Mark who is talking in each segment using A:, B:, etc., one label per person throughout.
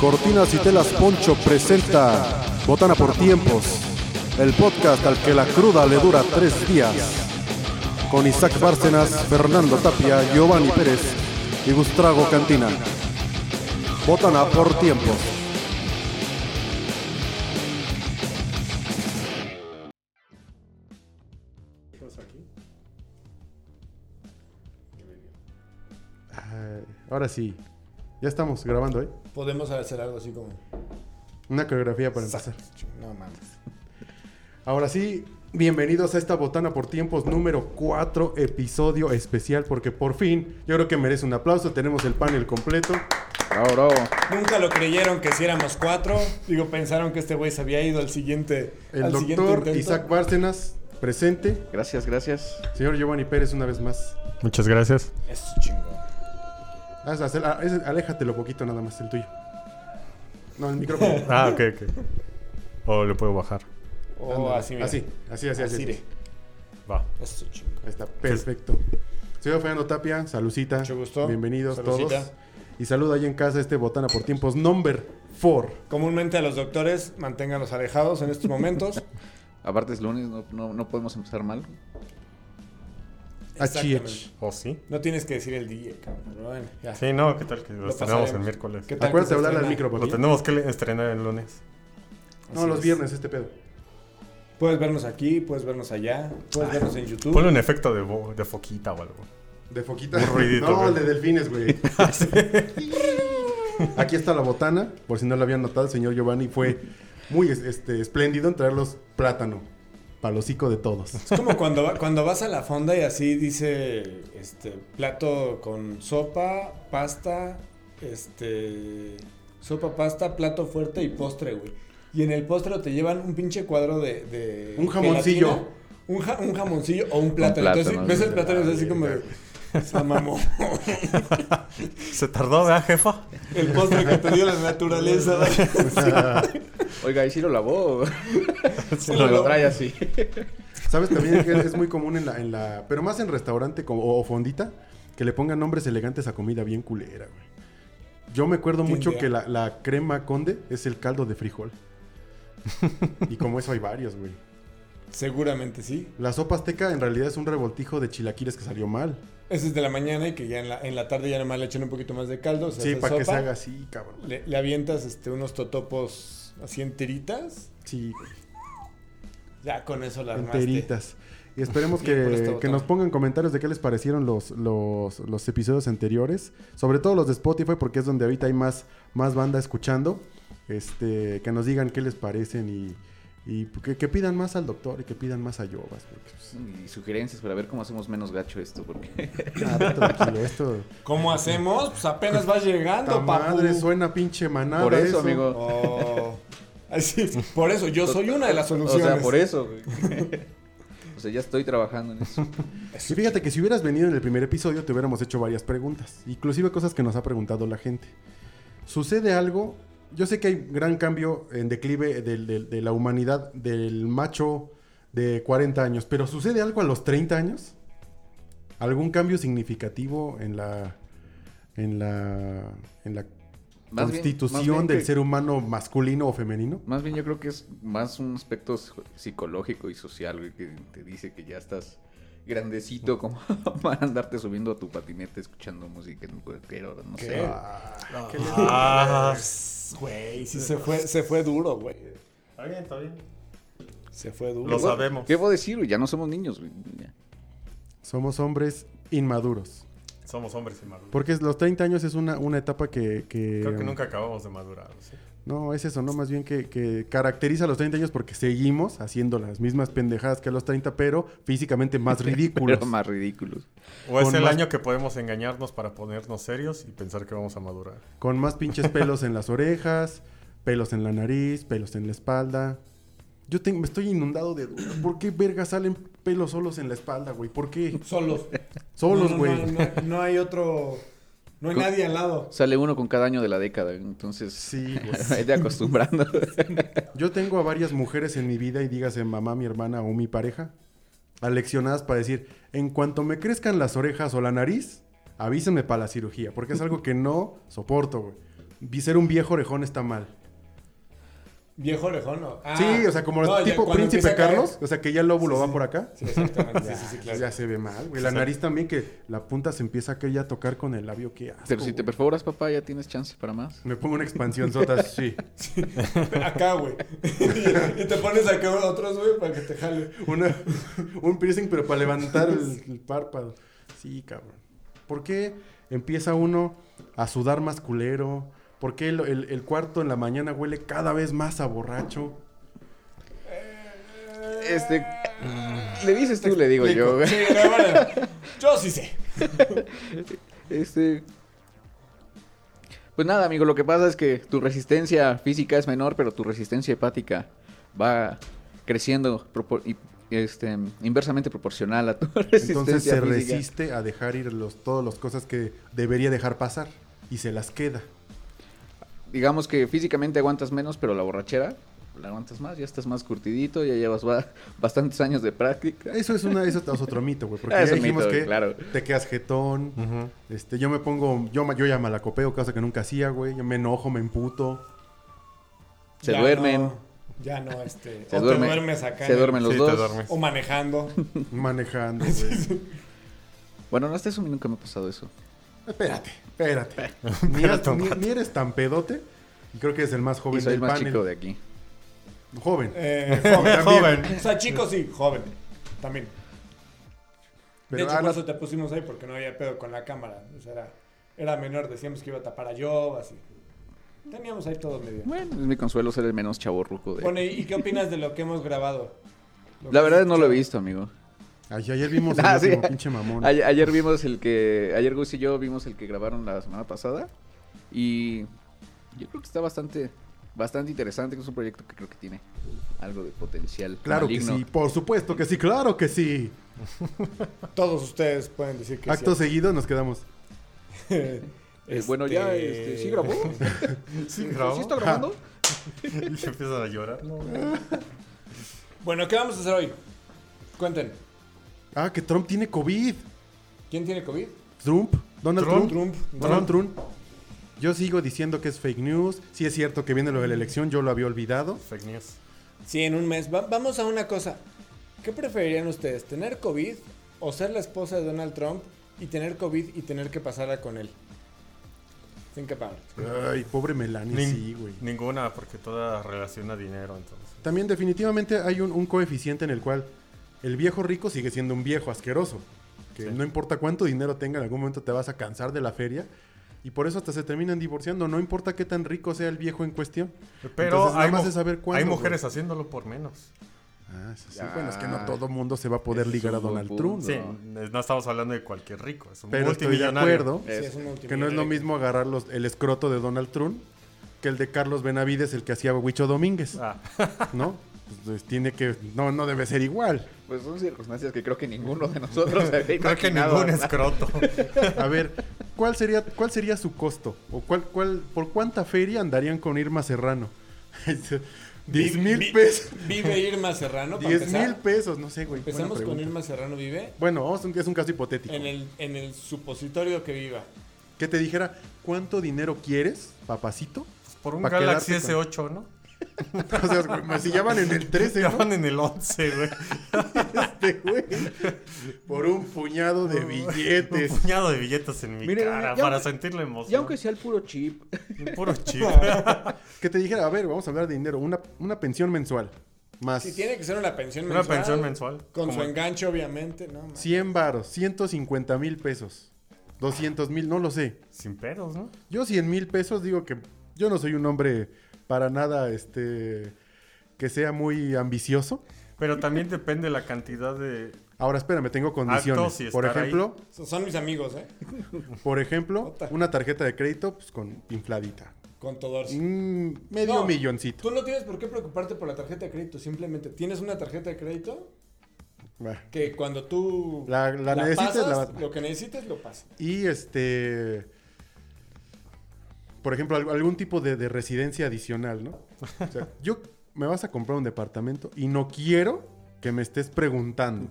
A: Cortinas y Telas Poncho presenta Botana por Tiempos, el podcast al que la cruda le dura tres días. Con Isaac Bárcenas, Fernando Tapia, Giovanni Pérez y Gustrago Cantina. Botana por Tiempos. Ay, Ah, Ahora sí, ya estamos grabando, ¿eh?
B: Podemos hacer algo así como.
A: Una coreografía para empezar.
B: No mames.
A: Ahora sí, bienvenidos a esta Botana por Tiempos número 4, episodio especial, porque por fin, yo creo que merece un aplauso, tenemos el panel completo.
C: Bravo, bravo.
B: Nunca lo creyeron que si éramos cuatro. Digo, pensaron que este güey se había ido al siguiente.
A: El
B: al siguiente
A: doctor
B: intento.
A: Isaac Bárcenas, presente.
C: Gracias, gracias.
A: Señor Giovanni Pérez, una vez más.
D: Muchas gracias.
B: Es chingón.
A: Haz- haz- ah, ese- aléjatelo poquito nada más, el tuyo. No, el micrófono.
D: Ah, ok, ok. O le puedo bajar.
B: O
A: Ándale.
B: Oh, así, mira.
A: así, así, así, así.
B: Así de.
D: Va.
B: Eso chingón.
A: Ahí Está perfecto. Señor Fernando Tapia, salucita.
B: Mucho gusto.
A: Bienvenidos
B: Salucita.
A: todos. Y saludo ahí en casa este Botana por Tiempos, number 4.
B: Comúnmente a los doctores, manténganlos alejados en estos momentos.
C: Aparte es lunes, no, no- no podemos empezar mal.
A: HH.
D: ¿O sí?
B: No tienes que decir el día, cabrón. pero Bueno, ya.
D: Sí, no, ¿qué tal que lo
B: Lo
D: estrenamos el
B: pasaremos.
D: miércoles? Ah,
B: ¿Qué tal que
A: Acuérdate
B: se
A: de hablarle al
B: estrena?
D: Lo
A: micrófono.
D: tenemos que le- estrenar el lunes.
A: No,
B: Así
A: los
B: es.
A: viernes este pedo.
B: Puedes vernos aquí, puedes vernos allá, puedes vernos en YouTube.
D: Ponle un efecto de, bo- de foquita o algo.
A: De foquita.
D: Un ruidito,
A: no,
D: güey. Ah,
A: el de delfines, güey. Aquí está la botana, por si no lo habían notado, el señor Giovanni fue muy es- este, espléndido en traerlos plátano. Palocico de todos.
B: Es como cuando, va- cuando vas a la fonda y así dice este plato con sopa, pasta, este sopa, pasta, plato fuerte y postre, güey. Y en el postre te llevan un pinche cuadro de, de
A: Un jamoncillo.
B: gelatina, Un, ja- un jamoncillo o un plátano.
C: plátano,
B: Entonces ves
C: sí.
B: el plátano y es así como de, "Se mamó".
D: ¿Se tardó, verdad, jefa?
B: El postre que te dio la naturaleza.
C: Oiga, ¿y si lo lavó?
B: Sí,
C: lo,
B: lo lavó.
C: trae así.
A: ¿Sabes también que es muy común en la, en la. Pero más en restaurante como- o, o fondita, que le pongan nombres elegantes a comida bien culera, güey. Yo me acuerdo
B: ¿Quién
A: mucho
B: idea?
A: que la, la crema conde es el caldo de frijol. y como eso hay varios, güey.
B: Seguramente sí.
A: La sopa azteca en realidad es un revoltijo de chilaquiles que salió mal.
B: Ese es de la mañana y que ya en la, en la tarde ya nomás le echan un poquito más de caldo. se
A: Sí,
B: hace
A: para que se
B: sopa.
A: haga así, cabrón.
B: Le, le avientas este, unos totopos así entiritas.
A: Sí, güey,
B: Ya con eso la armaste.
A: enteritas. Y esperemos
B: Bien por esta
A: que,
B: botana.
A: que nos pongan comentarios de qué les parecieron los, los, los episodios anteriores. Sobre todo los de Spotify, porque es donde ahorita hay más, más banda escuchando. Este, que nos digan qué les parecen y, y que, que pidan más al doctor y que pidan más a Yobas. Porque, pues,
C: Y sugerencias para ver cómo hacemos menos gacho esto, porque
A: pues, nada, tranquilo, esto.
B: ¿Cómo hacemos? Pues apenas vas
A: ¡Ta
B: llegando, papu.
A: madre, suena pinche manada.
C: por eso, amigo.
B: Oh. Así, por eso, yo soy una de las
C: O
B: soluciones.
C: sea, por eso. güey. o sea, ya estoy trabajando en eso.
A: Y fíjate que si hubieras venido en el primer episodio te hubiéramos hecho varias preguntas, inclusive cosas que nos ha preguntado la gente. ¿Sucede algo? Yo sé que hay gran cambio en declive del- del- de, la humanidad del macho de 40 años, pero ¿sucede algo a los 30 años? ¿Algún cambio significativo en la en la en la
C: Más bien-
A: constitución
C: más bien
A: del
C: que-
A: ser humano masculino o femenino?
C: Más bien yo creo que es más un aspecto psico- psicológico y social, güey, que te dice que ya estás grandecito como para andarte subiendo a tu patineta escuchando música en cualquier hora, no
B: ¿Qué?
C: sé.
D: Ah,
B: Güey, sí se fue, se fue duro, güey.
D: está bien, está bien.
B: Se fue
D: Lo
B: duro.
C: Bueno,
D: sabemos.
C: ¿Qué puedo decir? güey? Ya no somos niños, güey. Ya.
A: Somos hombres inmaduros,
D: Somos hombres y maduros.
A: porque los 30 años es una, una etapa que, que
D: Creo que nunca acabamos de madurar. ¿sí?
A: No, es eso, ¿no? Más bien que, que caracteriza a los 30 años porque seguimos haciendo las mismas pendejadas que a los 30, pero físicamente más ridículos.
C: Pero más ridículos.
D: O es
A: Con
D: el
A: más-
D: año que podemos engañarnos para ponernos serios y pensar que vamos a madurar.
A: Con más pinches pelos en las orejas, pelos en la nariz, pelos en la espalda. Yo te- me estoy inundado de dudas. ¿Por qué verga salen pelos solos en la espalda, güey? ¿Por qué?
B: Solos.
A: Solos,
B: No, no,
A: güey.
B: No, no- no hay otro. No hay
C: Co-
B: nadie al lado.
C: Sale uno con cada año de la década, entonces
A: Sí, güey.
C: vete acostumbrando.
A: Yo tengo a varias mujeres en mi vida y dígase mamá, mi hermana o mi pareja, aleccionadas para decir, en cuanto me crezcan las orejas o la nariz, avísenme para la cirugía, porque es algo que no soporto, güey. ser un viejo orejón está mal.
B: Viejo orejón, ¿no? Ah,
A: sí, o sea, como
B: no, ya
A: tipo
B: cuando empieza
A: Príncipe
B: a caer-
A: Carlos, o sea, que ya el óvulo
B: Sí,
A: va
B: sí.
A: por acá.
B: Sí, exactamente. sí, sí, sí, claro.
A: Ya se ve mal, güey. La nariz también que la punta se empieza a que ya a tocar con el labio que hace.
C: Pero si te perforas, papá, ya tienes chance para más.
A: Me pongo una expansión sota, sí.
B: Acá, güey. y te pones acá otros, güey, para que te jale.
A: Una- un piercing, pero para levantar el, el párpado. Sí, cabrón. ¿Por qué empieza uno a sudar más culero? ¿Por qué el, el- el cuarto en la mañana huele cada vez más a borracho?
C: Este. Le dices tú, le digo yo. güey.
B: Sí, no, bueno, yo sí sé.
C: Este. Pues nada, amigo, lo que pasa es que tu resistencia física es menor, pero tu resistencia hepática va creciendo propor- y- este, inversamente proporcional a tu resistencia
A: Entonces se
C: física.
A: resiste a dejar ir los, todas las cosas que debería dejar pasar y se las queda.
C: Digamos que físicamente aguantas menos, pero la borrachera la aguantas más, ya estás más curtidito, ya llevas ba- bastantes años de práctica.
A: Eso es, una, eso es otro mito, güey. Porque
C: Ah,
A: ya
C: es un
A: dijimos
C: mito,
A: que
C: claro.
A: te quedas jetón. este, yo me pongo, yo, ma- yo ya malacopeo, cosa que nunca hacía, güey. Yo me enojo, me emputo.
C: Se
B: Ya
C: duermen.
B: no, ya no, este.
C: Se
B: o
C: duerme-
B: te duermes acá.
C: se
B: en-
C: duermen los
D: Sí, te
C: dos.
D: duermes.
B: O manejando.
A: manejando, güey.
C: Bueno, no, hasta eso a mí nunca me ha pasado eso.
A: Espérate, espérate. Ni, eres- ni- ni eres tan pedote. Y creo que es el más joven
C: Y soy
A: del
C: el más
A: panel.
C: chico de aquí.
A: Joven.
B: Eh, joven.
D: Joven.
B: O sea, chico sí, joven. También.
A: Pero,
B: de hecho,
A: ah,
B: por
A: no,
B: eso te pusimos ahí porque no había pedo con la cámara. O sea, era, era menor, decíamos que iba a tapar a Job, así. Teníamos ahí todo medio.
C: Bueno, es mi consuelo ser el menos chaborruco de.
B: Bueno, ¿y, y qué opinas de lo que hemos grabado? Lo
C: La
B: que
C: verdad
B: has
C: no lo he
B: escuchado.
C: visto, amigo.
A: ay, ayer vimos el
C: Ah, sí.
A: último pinche mamón.
C: Ayer, ayer vimos el que. Ayer Gus y yo vimos el que grabaron la semana pasada. Y. Yo creo que está bastante. Bastante interesante. que Es un proyecto que creo que tiene algo de potencial.
A: Claro
C: maligno.
A: que sí, por supuesto que sí, claro que sí.
B: Todos ustedes pueden decir que
A: Acto
B: sí.
A: seguido nos quedamos.
C: Eh, Bueno, ya, este, ¿sí grabó?
D: Sí,
C: ¿Sí
D: grabó.
C: está grabando?
D: Y empiezan a llorar. No,
B: Bueno, ¿qué vamos a hacer hoy? Cuenten.
A: Ah, que Trump tiene COVID.
B: ¿Quién tiene COVID?
A: Trump, Donald Trump.
B: Trump.
A: Donald Trump. Yo sigo diciendo que es fake news. Si es cierto que viene lo de la elección, yo lo había olvidado.
D: fake news.
B: Sí, en un mes. Va- vamos a una cosa. ¿Qué preferirían ustedes? ¿Tener COVID o ser la esposa de Donald Trump y tener COVID y tener que pasarla con él? Think about it.
A: Ay, pobre Melania,
D: Nin-
A: sí, güey.
D: Ninguna, porque toda relaciona dinero, entonces.
A: También definitivamente hay un, un coeficiente en el cual el viejo rico sigue siendo un viejo asqueroso. Que
D: Sí.
A: no importa cuánto dinero tenga, en algún momento te vas a cansar de la feria. Y por eso hasta se terminan divorciando. No importa qué tan rico sea el viejo en cuestión.
D: Pero
A: Entonces, nada
D: hay,
A: más
D: mu-
A: es saber cuándo,
D: hay
A: güey.
D: mujeres haciéndolo por menos.
A: Ah, sí, sí.
C: Ah,
A: bueno, es que no todo mundo se va a poder
C: ese es
A: ligar
C: un
A: a
C: buen
A: Donald
C: punto.
A: Trump.
D: Sí,
C: No.
D: no estamos hablando de cualquier rico. Es un
A: Pero estoy de
D: multimillonario.
A: acuerdo
B: Sí,
C: Es-
B: es un
A: que no es lo
B: multimillonario.
A: mismo agarrar los- el escroto de Donald Trump que el de Carlos Benavides, el que hacía Huicho Domínguez,
D: Ah,
A: ¿no? Entonces, tiene que... No, no debe ser igual.
C: Pues son circunstancias que creo que ninguno de nosotros había
D: creo que
C: imaginado,
D: ningún
C: ¿verdad?
D: escroto.
A: A ver, ¿cuál sería, cuál sería su costo? ¿O cuál, cuál, por cuánta feria andarían con Irma Serrano? 10
B: Vi-
A: mil pesos.
B: Vive Irma Serrano. para
A: 10
B: empezar.
A: mil pesos, no sé, güey. buena
B: Empezamos con
A: pregunta.
B: Irma Serrano Vive
A: Bueno, vamos, a un- es un caso hipotético.
B: en el, en el supositorio que viva.
A: Que te dijera, ¿cuánto dinero quieres, papacito?
D: Por un
A: Pa'
D: Galaxy
A: quedarte con-
D: S8, ¿no?
A: O sea, güey, si ya van en el 13,
D: Se
A: ¿no?
D: llaman en el 11, güey.
A: Este, güey, Por un puñado de billetes.
D: Un puñado de billetes en mi
C: Miren,
D: cara
C: ya
D: para
C: aunque-
D: sentir la emoción.
C: Y aunque sea el puro chip.
D: Un puro chip.
A: Que te dijera, a ver, vamos a hablar de dinero. Una, una pensión mensual. Más
B: Si tiene que ser una pensión
D: Una
B: mensual.
D: pensión mensual.
B: Con
D: Como-
B: su enganche, obviamente. No, man.
A: 100 varos, 150 mil pesos. 200 mil, no lo sé.
D: Sin pedos, ¿no?
A: Yo 100 mil pesos digo que yo no soy un hombre para nada, este, que sea muy ambicioso.
D: Pero también depende la cantidad de.
A: Ahora, espérame, tengo condiciones.
D: Actos y
A: por
D: estar
A: ejemplo,
B: So- Son mis amigos, ¿eh?
A: por ejemplo,
B: Puta.
A: una tarjeta de crédito pues, con infladita.
B: Con Todorsi.
A: Mm, medio
B: No,
A: milloncito.
B: Tú no tienes por qué preocuparte por la tarjeta de crédito. Simplemente tienes una tarjeta de crédito
A: Va.
B: que cuando tú
A: La- la necesitas, la
B: pasas,
A: vas-
B: lo que necesites lo pasas.
A: Y este. Por ejemplo, al- algún tipo de, de residencia adicional, ¿no? O sea, yo me vas a comprar un departamento y no quiero que me estés preguntando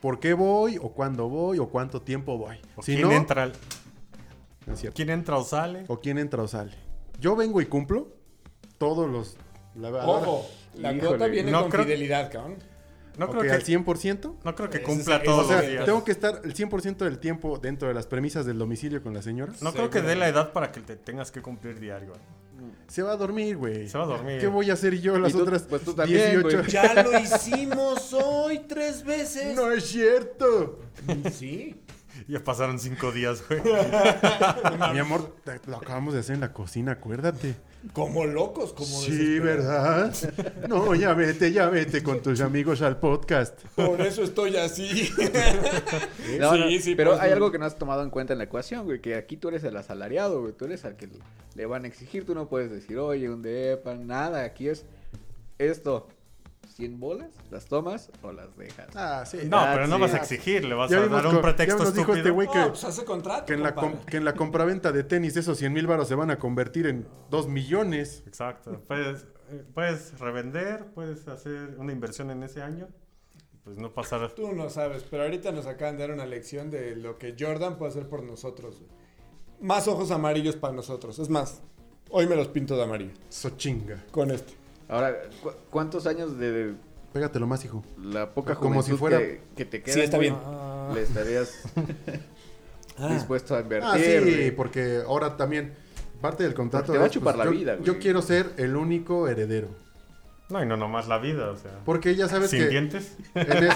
A: por qué voy, o cuándo voy, o cuánto tiempo voy.
D: o
A: Si
D: quién,
A: no,
D: entra, al-
A: no es cierto.
D: quién entra o sale.
A: O quién entra o sale. yo vengo y cumplo todos los... La, la-
B: Ojo, la
C: Híjole,
B: cuota viene
D: no
B: con
D: creo-
B: fidelidad, cabrón.
D: No
A: ok,
D: creo
A: al
D: que,
A: 100%.
D: no creo que
B: Ese
D: cumpla
B: es-
A: O
D: todos
B: ese
D: los
B: es-
A: sea,
D: días.
A: tengo que estar el 100% del tiempo dentro de las premisas del domicilio con la señora.
D: No creo que dé la edad para que te tengas que cumplir diario.
A: Se va a dormir, güey.
D: Se va a dormir.
A: ¿Qué voy a hacer yo las
C: Y tú-
A: otras
C: pues tú también,
A: 18?
C: güey.
B: Ya lo hicimos hoy tres veces.
A: No es cierto.
B: Sí.
D: Ya pasaron cinco días, güey.
A: Mi amor, te- lo acabamos de hacer en la cocina, acuérdate.
B: Como locos, como
A: Sí,
B: desesperados.
A: ¿verdad? No, ya vete, ya vete con tus amigos al podcast.
B: Por eso estoy así.
C: No, no, pero
B: pues,
C: hay
B: no.
C: algo que no has tomado en cuenta en la ecuación, güey, que aquí tú eres el asalariado, güey, tú eres al que le van a exigir, tú no puedes decir, oye, un depa, nada, aquí es esto, 100 bolas, las tomas o las dejas.
A: Ah, sí.
D: No,
C: Ah,
D: pero no
C: sí.
D: vas a exigir, le vas
A: Ya
D: a
A: vimos
D: dar
A: co-
D: un
A: ya
D: pretexto
A: nos dijo
D: estúpido.
A: este güey
B: No,
A: que,
B: pues hace contrato.
A: que en la
B: compadre.
A: com- que en la compraventa de tenis esos 100 mil baros se van a convertir en 2 millones.
D: Exacto. Puedes, eh, puedes revender, puedes hacer una inversión en ese año. y Pues no pasar.
B: Tú no sabes, pero ahorita nos acaban de dar una lección de lo que Jordan puede hacer por nosotros. güey. Más ojos amarillos para nosotros. Es más, hoy me los pinto de amarillo.
A: So chinga.
B: Con esto.
C: Ahora, ¿cu- ¿cuántos años de
A: Pégatelo más, hijo.
C: la poca
A: Como
C: juventud
A: si fuera-
C: que, que te queda?
B: Sí, está
C: güey,
B: bien.
C: Le estarías dispuesto a invertir.
A: Ah, sí,
C: güey?
A: porque ahora también parte del contrato
C: Porque te va a
A: es, pues,
C: chupar la
A: yo,
C: vida, güey.
A: Yo quiero ser el único heredero.
D: No, y no nomás la vida, o sea.
A: Porque ya sabes
D: Sin
A: que
D: dientes.
A: en es-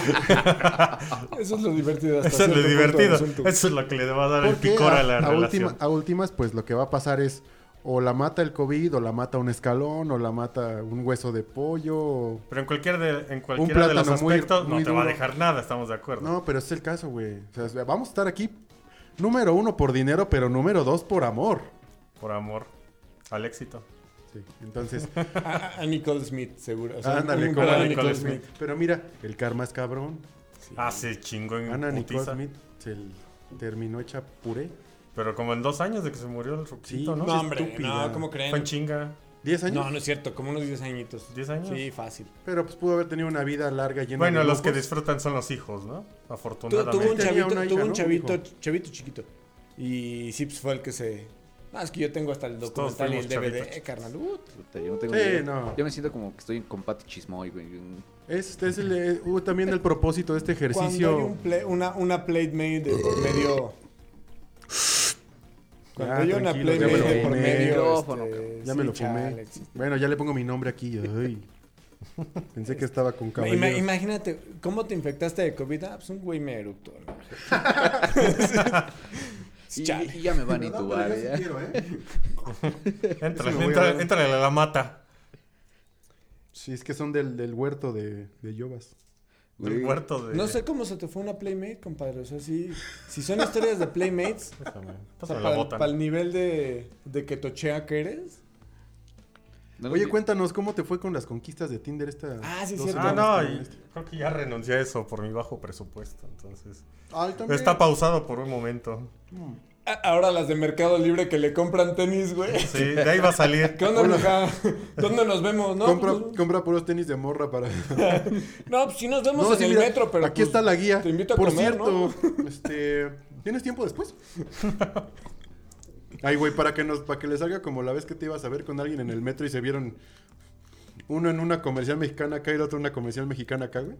B: Eso es lo divertido. hasta
D: Eso es
B: cierto punto
D: lo
B: del
D: divertido.
B: asunto.
D: Eso es lo que le va a dar el
A: porque
D: picor a, la
A: a
D: relación.
A: última- a últimas, pues lo que va a pasar es o la mata el COVID, o la mata un escalón, o la mata un hueso de pollo. o-
D: Pero en cualquier de, en cualquiera de
A: plátano
D: los
A: muy-
D: aspectos
A: muy
D: no te va a
A: duro.
D: dejar nada, estamos de acuerdo.
A: No, pero es el caso, güey. O sea, vamos a estar aquí, número uno por dinero, pero número dos por amor.
D: Por amor al éxito.
A: Sí, entonces,
B: A, a- a Nicole Smith, seguro. O sea,
A: Ah, ándale,
B: un-
A: como
B: un-
A: Ana
B: a
A: Nicole Smith. Pero mira, el karma es cabrón.
D: Ah, sí, chingo en
A: Ana Nicole
D: putiza.
A: Smith se l- terminó hecha puré.
D: Pero como en dos años de que se murió el ruquito,
A: Sí,
D: ¿no?
B: No, hombre,
A: Estúpida.
B: no, ¿cómo creen?
D: Fue en chinga.
A: ¿Diez años?
B: No, no es cierto, como unos 10 añitos.
D: ¿Diez años?
B: Sí, fácil.
A: Pero pues pudo haber tenido una vida larga llena
D: Bueno,
A: de
D: los que
A: lujos.
D: disfrutan son los hijos, ¿no? Pues
B: Tu- tuvo un
D: Afortunadamente.
A: Tenía
B: chavito,
A: una hija,
B: tuvo un
A: ¿no?
B: chavito,
A: Dijo.
B: chavito chiquito. Y sí, pues fue el que se. Ah, es que yo tengo hasta el
D: Todos
B: documental y el
D: fuimos
B: DVD,
D: chavitos.
B: eh, carnal. Uh,
C: Puta, yo no tengo
A: Sí,
C: idea.
A: no.
C: Yo me siento como que estoy con Pati Chismoy, güey. un-
A: Es, es el, eh, hubo también el propósito de este ejercicio.
B: Cuando hay un play- una, una plate made de por medio. Cuando
A: Ya,
B: hay una
A: Ah, tranquilo,
B: plate
A: ya me
B: made
A: lo
B: de por
A: fumé.
B: medio.
C: Micrófono,
B: este,
A: Ya me
B: sí,
A: lo fumé.
B: chale, sí.
A: Bueno, ya le pongo mi nombre aquí. ay. Pensé que estaba con caballeros.
B: Ima- imagínate, ¿cómo te infectaste de COVID? Ah, pues un güey me eructó. ¿no?
C: Y,
B: Chale.
C: y ya me van a intubar,
A: yo sí
C: ya.
A: quiero, ¿eh?
D: Entra,
A: Eso me voy a
D: entra,
A: ver.
D: entra a la mata.
A: Sí, es que son del, del huerto de, de Yobas.
D: Del
C: Güey.
D: huerto de.
B: No sé cómo se te fue una Playmate, compadre. O sea, sí, si son historias de Playmates,
D: Pásame,
B: o sea,
D: pásame la
B: para,
D: bota.
B: para el nivel de, de que tochea que eres.
C: No,
A: Oye,
C: no,
A: cuéntanos cómo te fue con las conquistas de Tinder esta.
B: Ah, sí,
A: dos
B: cierto.
D: Ah,
A: semanas
D: no,
A: que
D: y
A: viniste?
D: creo que ya renuncié a eso por mi bajo presupuesto, entonces.
A: Ay, también.
D: Está pausado por un momento.
B: A- Ahora las de Mercado Libre que le compran tenis, güey.
D: Sí, de ahí va a salir.
B: ¿Qué onda, mija? ¿Dónde nos vemos? No,
A: compra,
B: pues,
A: compra puros tenis de morra para.
B: no pues, sí nos vemos en
A: sí,
B: el
A: mira,
B: metro, pero.
A: Aquí
B: pues,
A: está la guía.
B: Te invito a
A: Por
B: comer,
A: cierto,
B: ¿no?
A: este. ¿Tienes tiempo después? Ay, güey, para que nos, para que le salga como la vez que te ibas a ver con alguien en el metro y se vieron uno en una comercial mexicana acá y el otro en una comercial mexicana acá, güey.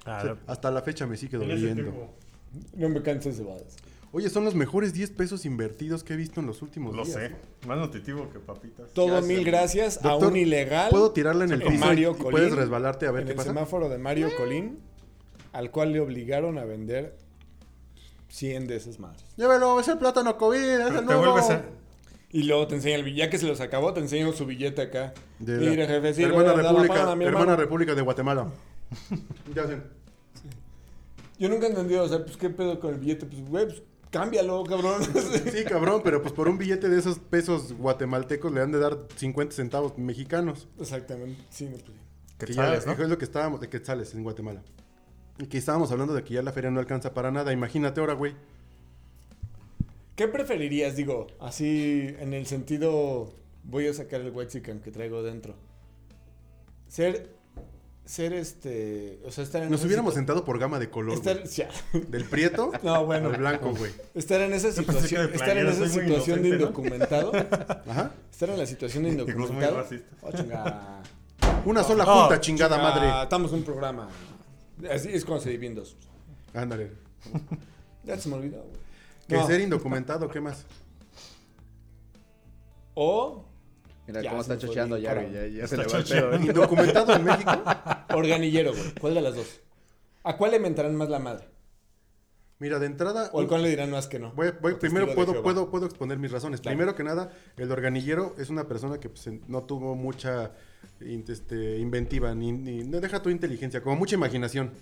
A: O sea, hasta la fecha me sigue
D: En Ah, ese
A: doliendo.
D: tiempo.
B: No me canses de balas.
A: Oye, son los mejores 10 pesos invertidos que he visto en los últimos
D: Lo
A: días.
D: sé. Más nutritivo que papitas.
B: Todo
C: Gracias.
B: mil gracias a
A: Doctor,
B: un ilegal.
A: Puedo tirarla en el
B: en
A: piso
B: Mario
A: y
B: Colín,
A: puedes resbalarte a ver Pues,
B: en
A: qué
B: el
A: pasa.
B: semáforo de Mario Colín, al cual le obligaron a vender 100 de esas madres.
A: Llévelo, es el plátano COVID, es
D: Pero
A: el
D: te
A: nuevo.
D: vuelves a.
B: Y luego te enseña el billete. Ya que se los acabó, te enseña su billete acá.
A: De la-
B: Mira, jefe, sí,
A: hermana
B: le voy a dar la
A: República,
B: pana a mi
A: hermana
B: hermano.
A: República de Guatemala. ¿Qué hacen?
B: Yo nunca he entendido, o sea, pues qué pedo con el billete. Pues, güey, pues cámbialo, cabrón.
A: Sí, cabrón, pero pues por un billete de esos pesos guatemaltecos le han de dar 50 centavos mexicanos.
B: Exactamente, sí, no, pues.
A: Que ya-
D: Quetzales, ¿no?
A: Es lo que estábamos, de quetzales en Guatemala. Y que estábamos hablando de que ya la feria no alcanza para nada. Imagínate ahora, güey.
B: ¿Qué preferirías, digo, así en el sentido voy a sacar el white chicken que traigo dentro? Ser ser este. O sea, estar en
A: Nos
B: esa
A: hubiéramos
B: situa-
A: sentado por gama de color.
B: estar,
A: güey.
B: ya.
A: Del prieto
B: No, bueno.
A: al blanco, güey.
B: Estar en esa
D: Yo pensé que
B: situación,
D: de
B: estar en
D: playera,
B: esa
D: soy muy
B: situación de
D: inocente,
B: indocumentado.
A: Ajá.
B: Estar en la situación de
D: Digo, es muy
B: indocumentado.
D: racista.
B: Oh, chinga.
A: Una sola
D: No,
A: junta, chingada
B: Chinga,
A: madre.
B: Estamos en un programa. Así es cuando se dividen dos.
A: Ándale.
B: Ya se me olvidó, güey.
A: Que
B: No.
A: ser indocumentado, ¿qué más?
B: O
C: Mira
B: Ya,
C: cómo
B: se
C: está
B: me fue
C: chocheando
B: bien,
C: ya,
B: cabrón.
C: güey, ya, ya se
D: Está
C: le va el
D: chocheando.
C: pedo, güey.
A: ¿Indocumentado en México?
B: organillero, güey. ¿Cuál de las dos? ¿A cuál le mentarán más la madre?
A: Mira, de entrada.
B: ¿O al cuál le dirán más que no?
A: Voy- voy-
B: O testigo
A: primero
B: de
A: puedo,
B: Jehová.
A: puedo, puedo exponer mis razones.
B: Dale.
A: Primero que nada, el organillero es una persona que pues, en- no tuvo mucha in- este, inventiva, ni, ni- no deja tu inteligencia, como mucha imaginación.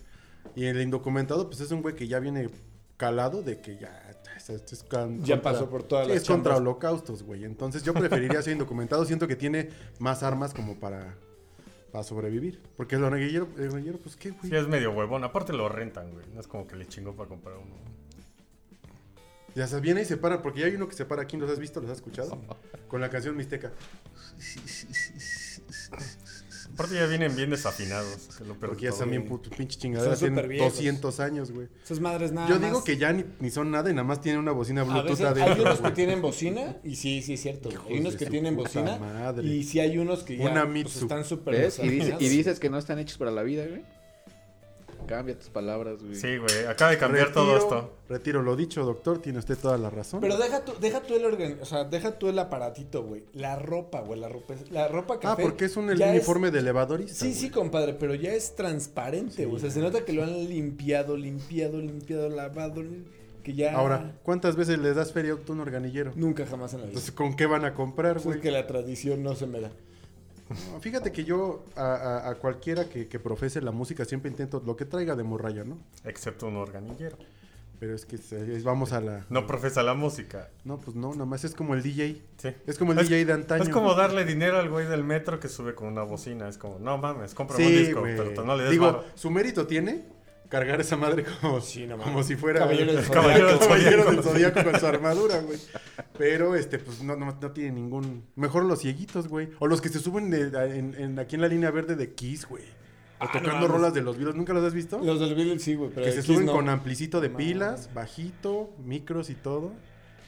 A: Y el indocumentado, pues es un güey que ya viene calado de que ya... es- es- es con-
B: Ya pasó por todas
A: sí,
B: las
A: es contra
B: chambas.
A: holocaustos, güey. Entonces yo preferiría ser indocumentado. Siento que tiene más armas como para, para sobrevivir. Porque el organillero, el organillero, pues qué, güey.
D: Sí, es medio huevón. Aparte lo rentan, güey. No es como que le chingó para comprar uno.
A: Ya se viene y se para, porque ya hay uno que se para aquí, ¿los has visto? ¿Los has escuchado? Con la canción Mixteca.
D: Aparte ya vienen bien desafinados. que es lo peor
A: Porque
D: de
A: ya
D: todo.
A: están bien puto, pinche chingadera.
B: Son súper
A: Tienen
B: viejos.
A: 200 años, güey.
B: Esas madres nada
A: Yo
B: más.
A: digo que ya ni, ni son nada y nada más tienen una bocina
B: A
A: Bluetooth
B: veces hay
A: adentro.
B: unos que
A: güey.
B: tienen bocina y sí, sí es cierto. güey. Hay
A: Hijos
B: unos
A: de
B: que
A: su
B: tienen
A: puta
B: bocina
A: madre.
B: y sí hay unos que ya
A: Una
B: pues,
A: Mitsu.
B: están súper
C: ¿Ves? Y, dice-
B: desafinados.
C: y dices que no están hechos para la vida, güey. Cambia tus palabras, güey.
D: Sí, güey. Acaba de cambiar todo
A: Retiro-
D: esto.
A: Retiro lo dicho, doctor. Tiene usted toda la razón.
B: Pero deja tú, deja tú el organ- o sea, deja tú el aparatito, güey. La ropa, güey, la ropa, es- la ropa
A: ah,
B: café.
A: porque es un el
B: ya
A: uniforme de elevadorista.
B: Sí, sí,
A: güey.
B: compadre, pero ya es transparente,
A: Sí.
B: güey. O sea, se nota que lo han limpiado, limpiado, limpiado, lavado, que ya
A: Ahora, ¿cuántas veces les das feria a un organillero?
B: nunca jamás en la vida.
A: Entonces, ¿con qué van a comprar,
B: Eso
A: güey?
B: es Pues que la tradición no se me da.
A: No, Fíjate que yo a, a- a cualquiera que, que profese la música siempre intento lo que traiga de morralla, ¿no?
D: Excepto un organillero.
A: Pero es que se- es- vamos a la...
D: No profesa la música.
A: No, pues no, nada más es como el DJ.
D: Sí.
A: Es como el DJ de antaño.
D: Es como
A: güey.
D: darle dinero al güey del metro que sube con una bocina. Es como, no mames, compra un
A: Sí,
D: disco,
A: güey.
D: pero no le des
A: Digo,
D: varo.
A: su mérito tiene cargar esa madre como,
B: Sí, no mames.
A: como si fuera
B: Caballero del
A: el
B: Zodiaco.
A: caballero del
D: Caballero
A: Zodiaco
D: del
A: con, su armadura, güey. Pero, este, pues no, no, no tiene ningún... Mejor los cieguitos, güey. O los que se suben de- en- en- aquí en la línea verde de Kiss, güey. O
B: Ah, no
A: tocando
B: mames.
A: rolas de los Beatles. ¿Nunca los has visto?
B: Los del Beatles sí, güey, pero
A: que
B: de
A: se
B: Kiss
A: suben
B: no.
A: con amplicito de
B: No.
A: pilas, bajito, micros y todo.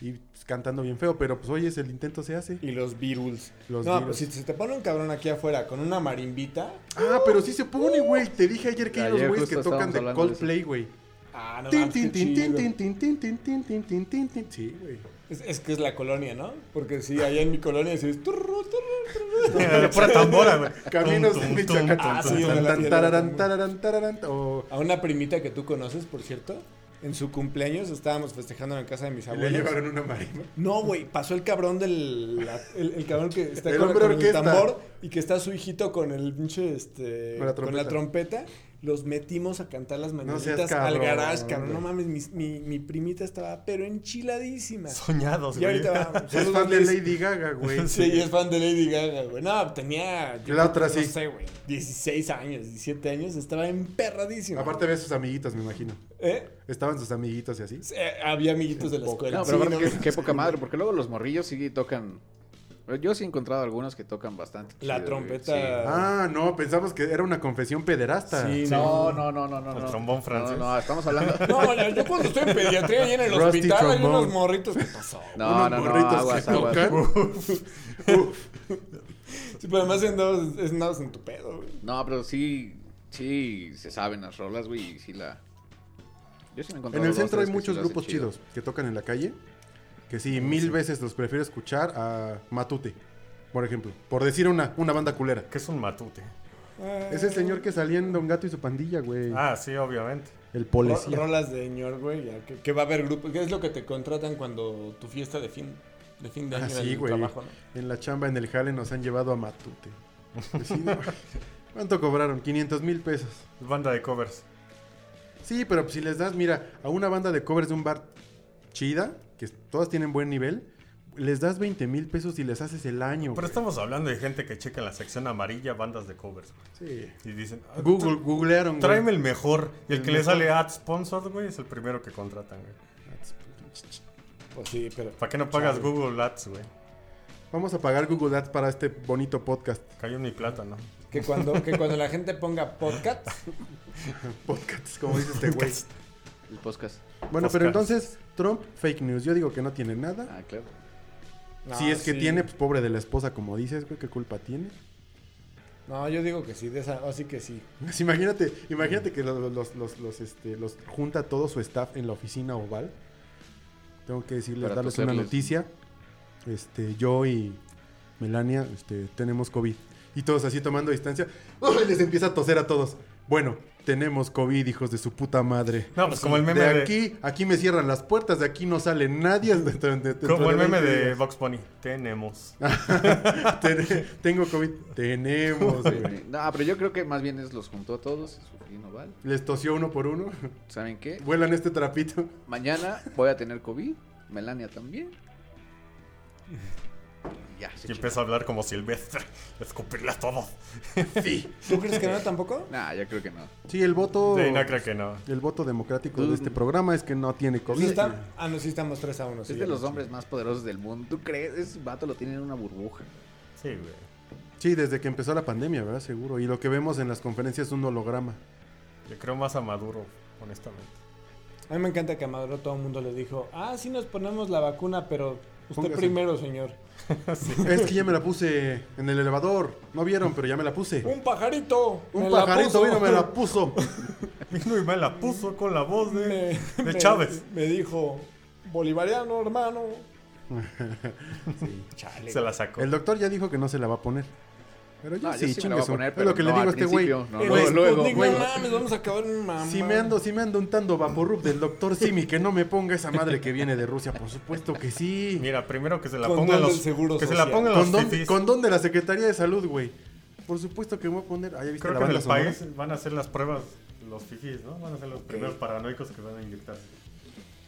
A: Y pues, cantando bien feo. Pero, pues, oyes, el intento se hace.
B: y los Beatles.
A: Los
B: no,
A: Beatles.
B: pues si se te pone un cabrón aquí afuera con una marimbita,
A: Ah, pero sí se pone, güey. Te dije ayer que hay unos
C: Ayer
A: güeyes que
C: justo
A: tocan
C: estábamos
A: de
C: hablando de eso.
A: Coldplay, güey.
B: ah, no
A: Tin,
B: mames,
A: tin,
B: qué
A: tin, tin,
B: chido.
A: tin, tin, tin, tin, tin, tin, tin, tin, tin. Sí, güey.
B: Es, es que es la colonia, ¿no? Porque sí, allá en mi colonia dices turru, turru, turru.
D: Pura tambora, güey.
A: Caminos
D: Tum,
A: de
D: tum,
A: Michoacán.
D: tum,
B: Ah,
D: tum,
B: sí,
D: tum.
B: de la
A: Tan,
B: piedra.
A: tararán, tararán, tararán. O
B: A una primita que tú conoces, por cierto, en su cumpleaños estábamos festejando en casa de mis
A: le
B: abuelos.
A: llevaron una marimba.
B: No, güey, pasó el cabrón del. la- el, el cabrón que está
A: El
B: con,
A: hombre
B: con el
A: orquesta.
B: tambor y que está su hijito con el pinche. Este,
A: Con la
B: con la trompeta. Los metimos a cantar las mañanitas
A: seas
B: al
A: cabrón,
B: garage, cabrón.
A: güey.
B: No mames, mis- mi, mi primita estaba, pero enchiladísima.
D: Soñados,
B: y
D: güey.
B: ahorita va.
A: Es fan de Lady Gaga, güey.
B: Sí, y es fan de Lady Gaga, güey. No, tenía. yo
A: La
B: creo
A: otra
B: que,
A: sí.
B: No sé, güey. 16 años, 17 años, estaba emperradísima.
A: Aparte ve a sus amiguitos, me imagino.
B: ¿Eh?
A: Estaban sus amiguitos y así.
B: Sí, eh, había amiguitos de la escuela.
C: No, pero
B: Sí,
C: aparte
B: no
C: que-
B: mames.
C: qué poca madre, porque luego los morrillos sí tocan. Yo sí he encontrado algunos que tocan bastante.
B: La
C: chido, güey,
B: trompeta.
A: Ah, no, pensamos que era una confesión pederasta.
B: Sí,
C: sí. No, no, no, no, no.
D: El
C: no.
D: trombón francés.
C: No, no, estamos hablando.
B: No, yo- yo cuando estoy en pediatría y en el
A: Rusty
B: hospital hay
A: trombone.
B: unos morritos. ¿Qué pasó?
C: No,
A: Unos
C: no, no,
A: morritos
C: aguas,
A: que
C: aguas.
A: tocan.
B: Sí, pero además andabas, andabas en tu pedo, güey.
C: No, pero sí, sí se saben las rolas, güey, y sí la... Yo sí me he encontrado
A: En el
C: dos,
A: centro hay
C: tres que sí
A: muchos
C: lo hacen
A: grupos
C: chido. Ah,
A: chidos que tocan en la calle. Que sí, mil veces los prefiero escuchar a Matute, por ejemplo. Por decir una, una banda culera.
D: Que es un matute.
A: Es el
B: Ah,
A: señor que salía en Don Gato y su pandilla, güey.
D: Ah, sí, obviamente.
A: el
B: Ro-
A: policía.
B: Rolas de ñor, güey. ya, Que, que va a haber grupos. ¿Qué es lo que te contratan cuando tu fiesta de fin de, fin de año
A: Ah,
B: en
A: sí,
B: el
A: güey.
B: trabajo, no?
A: En la chamba, en el jale, nos han llevado a Matute. Sí, no. ¿Cuánto cobraron? 500 mil pesos.
D: Banda de covers.
A: Sí, pero si les das, mira, a una banda de covers de un bar chida, que todas tienen buen nivel, les das 20 mil pesos y les haces el año. güey.
D: Pero estamos hablando de gente que checa en la sección amarilla bandas de covers. güey.
A: Sí.
D: Y dicen, ah,
A: Google, googlearon. güey.
D: Tráeme el mejor. Y el,
A: El
D: que
A: mejor.
D: le sale ad sponsored, güey, es el primero que contratan, güey.
B: Pues sí, pero.
D: ¿Para qué no pagas
B: Chale.
D: Google Ads, güey?
A: Vamos a pagar Google Ads para este bonito podcast.
D: Cayó mi plata, ¿no?
B: Que cuando, que cuando la gente ponga podcast,
A: Podcasts, como dice este güey.
C: El podcast.
A: Bueno, pero
D: Podcasts.
A: entonces, Trump, fake news. Yo digo que no tiene nada.
C: Ah, claro.
B: no,
D: Ah,
A: si es que
B: sí.
A: tiene, pues pobre de la esposa, como dices, güey, ¿qué culpa tiene?
B: No, yo digo que sí, de esa, así que sí.
A: Pues imagínate, imagínate que los, los, los, los, este, los junta todo su staff en la oficina oval. Tengo que decirles,
C: Para
A: darles una
C: toserles.
A: noticia. Este, yo y Melania, este, tenemos COVID. Y todos así tomando distancia. ¡Uy! Les empieza a toser a todos. Bueno, tenemos COVID, hijos de su puta madre.
D: No, pues como el meme
A: de
D: de-
A: aquí, aquí me cierran las puertas, de aquí no sale nadie. dentro- dentro- dentro
D: Como el meme
A: 20
D: de
A: días.
D: Box Bunny. Tenemos.
A: Ten- Tengo COVID. Tenemos, güey.
C: No, pero yo creo que más bien es los juntó a todos. en su oficina oval.
A: Les tosió uno por uno.
C: ¿Saben qué?
A: Vuelan este trapito.
C: Mañana voy a tener COVID. Melania también. Y Ya, se
D: Y empiezo a hablar como Silvestre. Escupirle a todos.
B: ¿Tú crees que no tampoco?
C: chingó. Nah, yo creo que no.
A: Sí, el voto.
D: Sí, no creo que no.
A: El voto democrático de
C: Mm.
A: este programa es que no tiene COVID.
B: Sí está- ah, no, sí estamos 3 a 1.
C: es de los hombres más poderosos del mundo. ¿Tú crees? Ese vato lo tiene en una burbuja.
D: Sí, güey.
A: Sí, desde que empezó la pandemia, ¿verdad? Seguro. Y lo que vemos en las conferencias es un holograma.
D: Yo creo más a Maduro, honestamente.
B: A mí me encanta que a Maduro todo el mundo le dijo, ah, sí nos ponemos la vacuna, pero usted
A: Póngase.
B: primero, señor.
A: Es que ya me la puse en el elevador. No vieron, pero ya me la puse.
B: ¡Un pajarito!
A: Un
B: me la
A: pajarito
B: puso".
A: vino, me la puso.
D: Vino y me la puso con la voz de,
B: Me-
D: de
B: me-
D: Chávez.
B: Me dijo, bolivariano, hermano. Chale.
D: Se la sacó.
A: El doctor ya dijo que no se la va a poner. Pero yo
C: No,
A: sí,
C: yo sí me la voy a
A: chingue su-
C: poner,
A: Es
C: pero
A: lo que le
C: no
A: digo a
C: al
A: este güey.
C: principio, no,
B: El
A: Güey,
C: luego, luego,
B: Sputnik,
A: güey.
B: No mames, vamos a acabar en mamá.
A: Si me ando, si me ando untando vaporrup del doctor Simi, que no me ponga esa madre que viene de Rusia, por supuesto que sí.
D: Mira, primero que se la
B: Condón
D: pongan
B: del
D: los.
B: Seguro
D: Que se la
B: Social.
D: pongan los
A: Condón,
D: fifís.
A: condón de la Secretaría de Salud, güey. Por supuesto que me voy a poner. Ah, ¿ya viste
D: Creo
A: la
D: que en
A: banda
D: el
A: sonora?
D: país van a hacer las pruebas los fifís, ¿no? Van a ser los primeros paranoicos que van a inyectarse.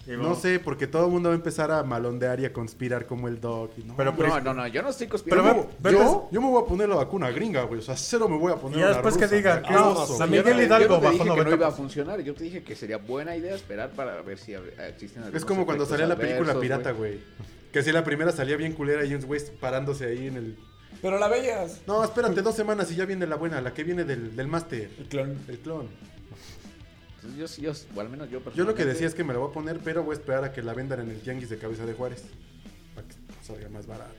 D: Y
A: No
D: vamos-
A: sé, porque todo el mundo va a empezar a malondear y a conspirar como el Doc. y no,
D: Pero-
A: yo
C: No, no, no, yo no estoy
D: Pero
C: conspirando.
D: ve-
A: me-
D: ve-
A: yo, yo me voy a poner la vacuna gringa, güey. O sea, cero me voy a poner
D: Y ya
A: la
D: después
A: rusa,
D: que diga,
A: güey.
D: ¿qué
A: Ah,
D: oso?
A: oso,
D: San
A: güey.
D: Miguel
C: Yo no
D: Hidalgo
C: dije
D: bajó
C: que no
D: 90%.
C: iba a funcionar, yo te dije que sería buena idea esperar para ver si hab- existen
A: Es
C: algunos
A: como cuando
C: efectos
A: salía la película
C: adversos,
A: pirata, güey. Que si la primera salía bien culera y un güey parándose ahí en el...
B: Pero la veías.
A: No, espérate dos semanas y ya viene la buena, la que viene del, del máster.
B: El clon.
A: El clon.
C: Entonces, Yo, sí, yo, o al menos yo
A: Yo lo que
C: personalmente-
A: decía es que me la voy a poner, pero voy a esperar a que la vendan en el tianguis de cabeza de Juárez. Para que salga más barato.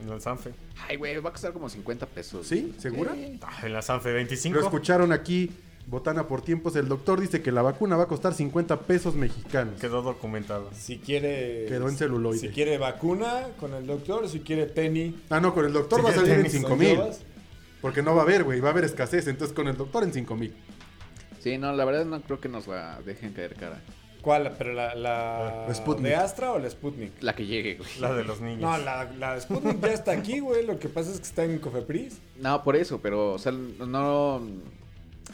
D: En la Sanfe.
C: Ay, güey, va a costar como 50 pesos.
A: ¿Sí? ¿Segura?
C: Sí.
D: Ah, en la Sanfe
A: Lo
D: 25.
A: escucharon aquí, Botana por tiempos. El doctor dice que la vacuna va a costar 50 pesos mexicanos.
D: Quedó documentado.
B: Si quiere.
A: Quedó en celuloide.
B: Si quiere vacuna con el doctor, si quiere penny.
A: Ah, no, con el doctor va a
D: Sí,
A: salir en
D: tenis,
A: 5
B: con
A: mil.
B: Jovas.
A: Porque no va a haber, güey, va a haber escasez. Entonces con el doctor en 5 mil.
C: Sí, no, la verdad no creo que nos la dejen caer cara.
B: ¿Cuál? ¿Pero la, la,
A: La Sputnik.
B: de Astra o la Sputnik?
C: La que llegue, güey.
D: La de los niños.
B: No, la, la Sputnik ya está aquí, güey. Lo que pasa es que está en Cofepris.
C: No, por eso, pero, o sea, no...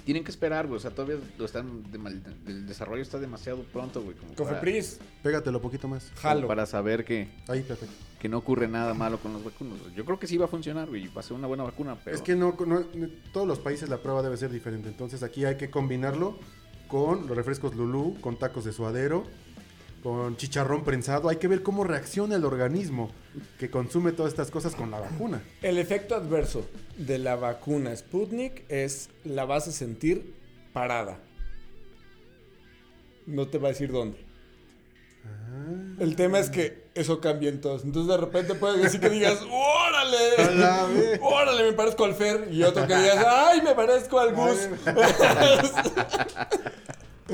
C: Tienen que esperar, güey, o sea, todavía lo están... de mal- el desarrollo está demasiado pronto, güey. como para-
B: Cofepris,
A: Pégatelo poquito más.
C: como
B: jalo.
C: Para saber que,
A: Ahí, perfecto.
C: que no ocurre nada malo con los vacunos. Yo creo que sí va a funcionar, güey, y va a ser una buena vacuna, pero...
A: Es que no, no- todos los países la prueba debe ser diferente. Entonces aquí hay que combinarlo con los refrescos Lulú, con tacos de suadero, con chicharrón prensado. Hay que ver cómo reacciona el organismo que consume todas estas cosas con la vacuna.
B: El efecto adverso de la vacuna Sputnik es la vas a sentir parada. No te va a decir dónde.
A: Ah.
B: El tema es que eso cambia en todos. Entonces de repente puedes decir que digas,
A: A la
B: ¡órale!
A: vez.
B: ¡Órale! Me parezco al Fer. Y otro que digas, ¡ay! Me parezco al Gus.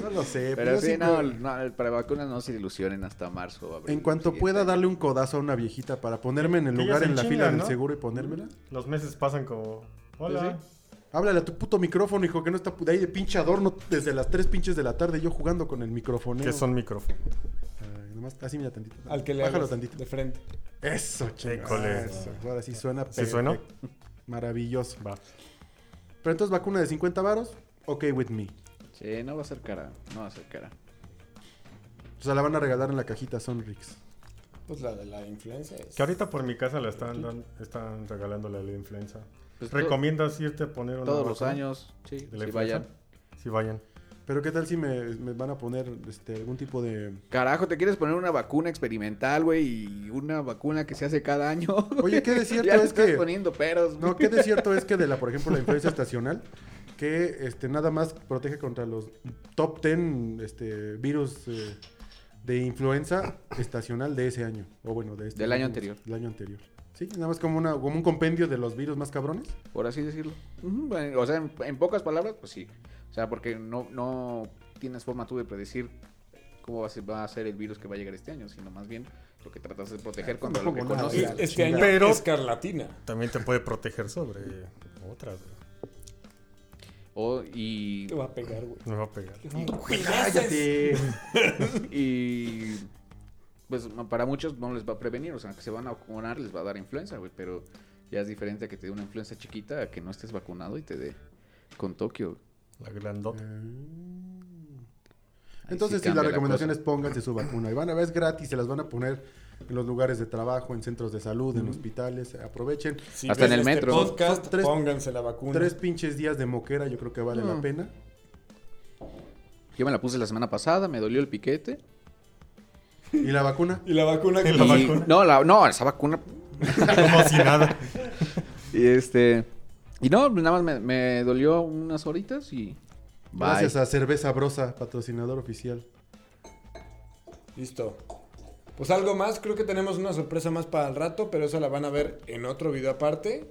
A: No lo sé.
C: Pero
A: yo
C: sí,
A: sí
C: no,
A: creo-
C: no, para vacunas no se ilusionen hasta marzo. o abril,
A: En cuanto
C: siguiente.
A: pueda darle un codazo a una viejita para ponerme en el
D: Que ya
A: lugar
D: se
A: en la
D: chingan,
A: fila del
D: ¿no?
A: seguro y ponérmela.
D: Los meses pasan como. Hola.
A: Háblale a tu puto micrófono, hijo, que no está pu- de ahí de pinche adorno desde las 3 pinches de la tarde yo jugando con el micrófono.
D: Que son micrófonos.
A: nomás, así mira tantito.
B: Al que le
A: Bájalo
B: hagas
A: tantito.
B: de frente.
A: Eso, chicos.
D: Híjole.
A: Ahora sí suena.
D: ¿Sí suena?
A: perfecto. Maravilloso.
D: Va.
A: Pero entonces vacuna de 50 varos, ok with me.
C: Sí, no va a ser cara, no va a ser cara.
A: O sea, la van a regalar en la cajita Sonrix.
B: Pues la de la influenza es.
D: Que ahorita por mi casa la están, dan- están regalándole la influenza.
C: Pues to-
D: ¿Recomiendas irte a poner una
C: Todos los
D: vacuna
C: años, sí,
D: de la
C: sí
D: influenza?
C: vayan.
D: Sí, vayan.
A: Pero qué tal si me, me van a poner este, algún tipo de...
C: Carajo, te quieres poner una vacuna experimental, güey, y una vacuna que se hace cada año.
A: Oye, qué de cierto
C: ya le
A: es
C: estás
A: que-
C: poniendo peros,
A: No, qué de cierto es que de la, por ejemplo, la influencia estacional, que este, nada más protege contra los top 10 este, virus eh, de influenza estacional de ese año. O bueno, de este
C: Del año
A: último-
C: anterior.
A: Del año anterior. Sí, nada más como, una, como un compendio de los virus más cabrones.
C: por así decirlo. Ujú, bueno, O sea, en, en pocas palabras, pues sí. O sea, porque no, no tienes forma tú de predecir cómo va a, ser, va a ser el virus que va a llegar este año, sino más bien lo que tratas de
A: Ah,
C: proteger contra lo que
A: tampoco nada.
C: conoces.
B: Este año
D: Pero-
B: escarlatina.
D: También te puede proteger sobre otras, güey.
C: O- y,
B: Te va a pegar, güey.
D: Me va a pegar.
C: y, pues para muchos no les va a prevenir, o sea, que se van a vacunar les va a dar influenza, güey, pero ya es diferente a que te dé una influenza chiquita a que no estés vacunado y te dé con Tokio.
D: La
C: Oh.
D: grandota.
C: Ahí
A: Ah. Entonces,
C: sí
A: sí, la
C: cambia la
A: recomendación
C: cosa.
A: es pónganse su vacuna. Y van a ver, es gratis, se las van a poner en los lugares de trabajo, en centros de salud,
C: Mm.
A: en hospitales. Aprovechen.
B: Si
C: Hasta en
B: ven
C: el metro.
B: este podcast,
A: Son tres-
B: pónganse la vacuna.
A: Tres pinches días de moquera, yo creo que vale
C: Mm.
A: la pena.
C: Yo me la puse la semana pasada, me dolió el piquete.
A: ¿Y la vacuna?
B: Y la vacuna que
D: la
C: Y-
D: vacuna.
C: No, la- no, esa vacuna.
D: Como si nada.
C: Y este. Y no, nada más me, me dolió unas horitas y. Bye.
A: Gracias a Cerveza Brosa, patrocinador oficial.
B: Listo. Pues algo más, creo que tenemos una sorpresa más para el rato, pero esa la van a ver en otro video aparte.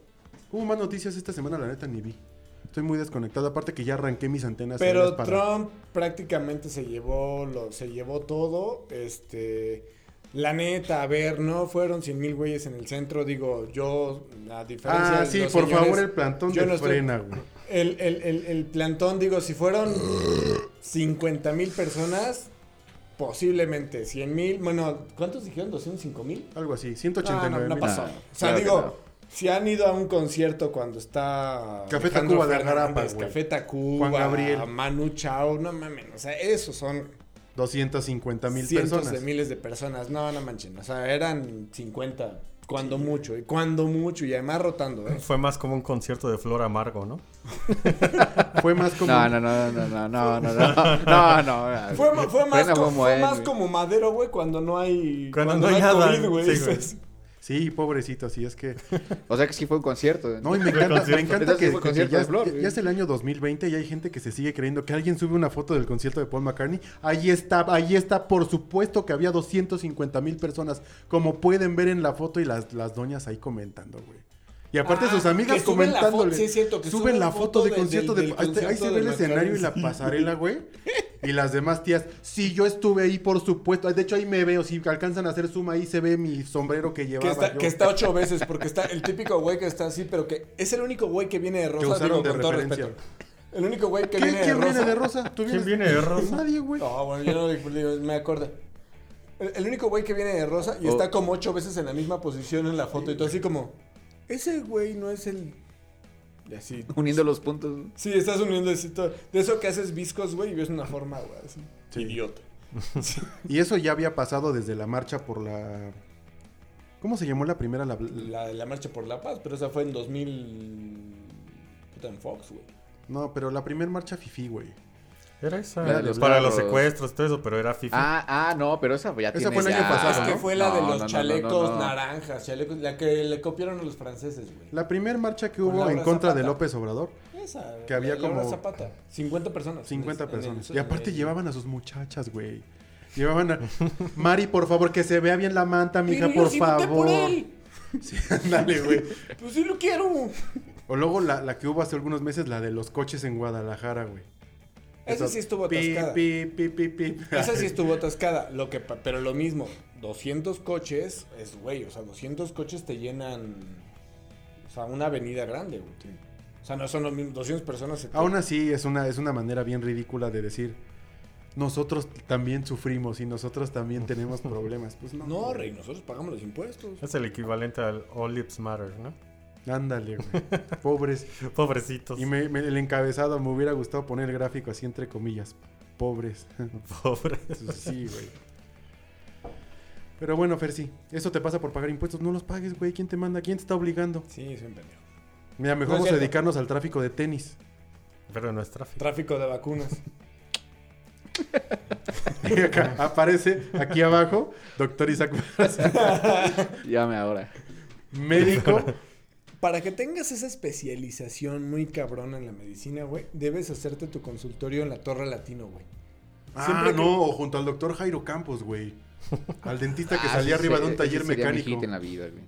A: Hubo más noticias esta semana, la neta ni vi. Estoy muy desconectado, aparte que ya arranqué mis antenas. aéreas
B: Pero
A: para-
B: Trump prácticamente se llevó lo, se llevó todo. Este, la neta, a ver, no fueron 100 mil güeyes en el centro. Digo, yo, a diferencia
A: Ah,
B: de
A: sí, por
B: los señores-
A: favor, el plantón
B: yo
A: de
B: no estoy-
A: frena, güey.
B: El, el- el- el plantón, digo, si fueron 50 mil personas, posiblemente 100 mil. Bueno, ¿cuántos dijeron? ¿205 mil?
A: Algo así,
B: No,
A: 189
B: no, no
A: mil.
B: pasó.
C: Nah,
B: o sea,
C: claro que
B: digo,
C: no.
B: si han ido a un concierto cuando está.
A: Café
B: Alejandro
A: Tacuba de
B: Fernández,
A: Garapa, güey.
B: Café Tacuba,
A: Juan Gabriel.
B: Manu Chao, no mames. O sea, esos son
A: 250 mil
B: cientos
A: personas.
B: de miles de personas. No, no manchen. O sea, eran 50, cuando mucho, y cuando mucho, y además rotando, ¿eh?
D: Fue más como un concierto de flor amargo, ¿no?
A: Fue más como.
C: No, no, no, no, no, no, no, no, no, no, no.
B: Fue, ma- fue más,
C: Frena
B: co-
C: buen
B: fue
C: buen,
B: más
C: güey.
B: como madero, güey, cuando no hay.
D: Cuando no hay nada, sí, güey.
B: dices.
A: Sí, pobrecito, así es que.
C: O sea que sí fue un concierto.
A: No, y me
D: Fue
A: encanta,
D: concierto.
A: me encanta
C: Entonces,
A: que,
C: fue
A: que
C: concierto
A: ya,
C: de Flor,
A: ya-
C: güey.
A: ya es el año 2020 y hay gente que se sigue creyendo que alguien sube una foto del concierto de Paul McCartney. Ahí está, ahí está. Por supuesto que había 250 mil personas, como pueden ver en la foto y las, las doñas ahí comentando, güey. Y aparte
B: Ah,
A: sus amigas
B: que suben la
A: comentándole.
B: foto, sí es cierto, que
A: suben,
B: suben
A: la foto de
B: del-
A: concierto
B: del-
A: de
B: del
A: ahí te- Ahí
B: concierto
A: se ve
B: de
A: el escenario y la
B: McCartney.
A: pasarela, güey. Y las demás tías, sí, yo estuve ahí, por supuesto. De hecho, ahí me veo. Si alcanzan a hacer suma, ahí se ve mi sombrero que
B: Que
A: llevaba.
B: está,
A: yo.
B: que está ocho veces, porque está el típico güey que está así, pero que es el único güey que viene de rosa,
A: usaron
B: digo,
A: de
B: con todo
A: referencia.
B: respeto. El único güey que
A: ¿Qué-
B: viene de
A: ¿Quién
B: rosa.
A: viene de rosa? ¿Tú
D: ¿Quién
A: vienes-
D: viene de rosa?
A: Nadie, güey.
B: No, bueno, yo no digo- digo, me acordé. El, el único güey que viene de rosa y
C: Oh.
B: está como ocho veces en la misma posición en la foto y todo así como, ese güey no es el... Y así.
C: Uniendo los puntos.
B: Sí, estás uniendo así todo. De eso que haces viscos, güey, y ves una forma, güey, así. Idiota.
A: Y eso ya había pasado desde la marcha por la. ¿Cómo se llamó la primera? La-
B: La, la marcha por la paz, pero esa fue en 2000... Puta, en Fox, güey.
A: No, pero la primera marcha fifi, güey.
D: Era esa.
C: La de los
D: para
C: largos.
D: los secuestros, todo eso, pero era FIFA.
C: Ah, ah, no, pero esa ya tiene
A: Esa fue el año
C: ya-
A: pasado,
B: Es que
A: ¿no?
B: fue la de
C: Ah, No,
B: los
C: no, no, no,
B: chalecos
C: no.
B: naranjas, chalecos, la que le copiaron a los franceses, güey.
A: La primera marcha que
B: Con
A: hubo
B: Laura
A: en contra
B: Zapata.
A: de López Obrador,
B: Esa,
A: Que había
B: la Laura
A: como-
B: Zapata. 50 personas.
A: 50
B: En el- en el-
A: personas.
B: en
A: Y
B: el-
A: aparte llevaban a sus muchachas, güey. Llevaban a. Mari, por favor, que se vea bien la manta, mija,
B: Pero yo
A: por
B: sí voté
A: favor.
B: por él.
A: Sí, ándale, güey.
B: Pues sí lo quiero.
A: O luego la, la que hubo hace algunos meses, la de los coches en Guadalajara, güey.
B: Esa sí estuvo
A: Pi,
B: atascada.
A: pi, pi, pi, pi.
B: Esa sí estuvo atascada. Lo que, pa- pero lo mismo, 200 coches es, güey, o sea, 200 coches te llenan, o sea, una avenida grande, güey. O sea, no son los mismos, 200 personas. se te-
A: Aún así, es una, es una manera bien ridícula de decir, nosotros también sufrimos y nosotros también tenemos problemas. Pues no.
B: No,
A: güey.
B: rey, nosotros pagamos los impuestos.
D: Es el equivalente al All Lips Matter, ¿no?
A: Ándale, güey. Pobres.
D: Pobrecitos.
A: Y me- me- el encabezado me hubiera gustado poner el gráfico así entre comillas. Pobres. Pues
D: Pobres.
A: sí, güey. Pero bueno, Fer, sí. Eso te pasa por pagar impuestos. No los pagues, güey. ¿Quién te manda? ¿Quién te está obligando?
B: Sí, soy un pendejo.
A: Mira, mejor
B: No es
A: vamos a
B: cierto.
A: dedicarnos al tráfico de tenis.
D: Pero no es tráfico.
B: Tráfico de vacunas.
A: Y acá aparece aquí abajo, doctor Isaac Barraza,
C: Llame ahora.
A: médico.
B: Para que tengas esa especialización muy cabrona en la medicina, güey, debes hacerte tu consultorio en la Torre Latino, güey.
A: Ah,
B: Siempre que-
A: no, junto al doctor Jairo Campos, güey. Al dentista que
C: Ah,
A: salía
C: sí,
A: arriba de
C: ese-
A: un taller
C: ese sería mi
A: mecánico.
C: hit en la vida, güey.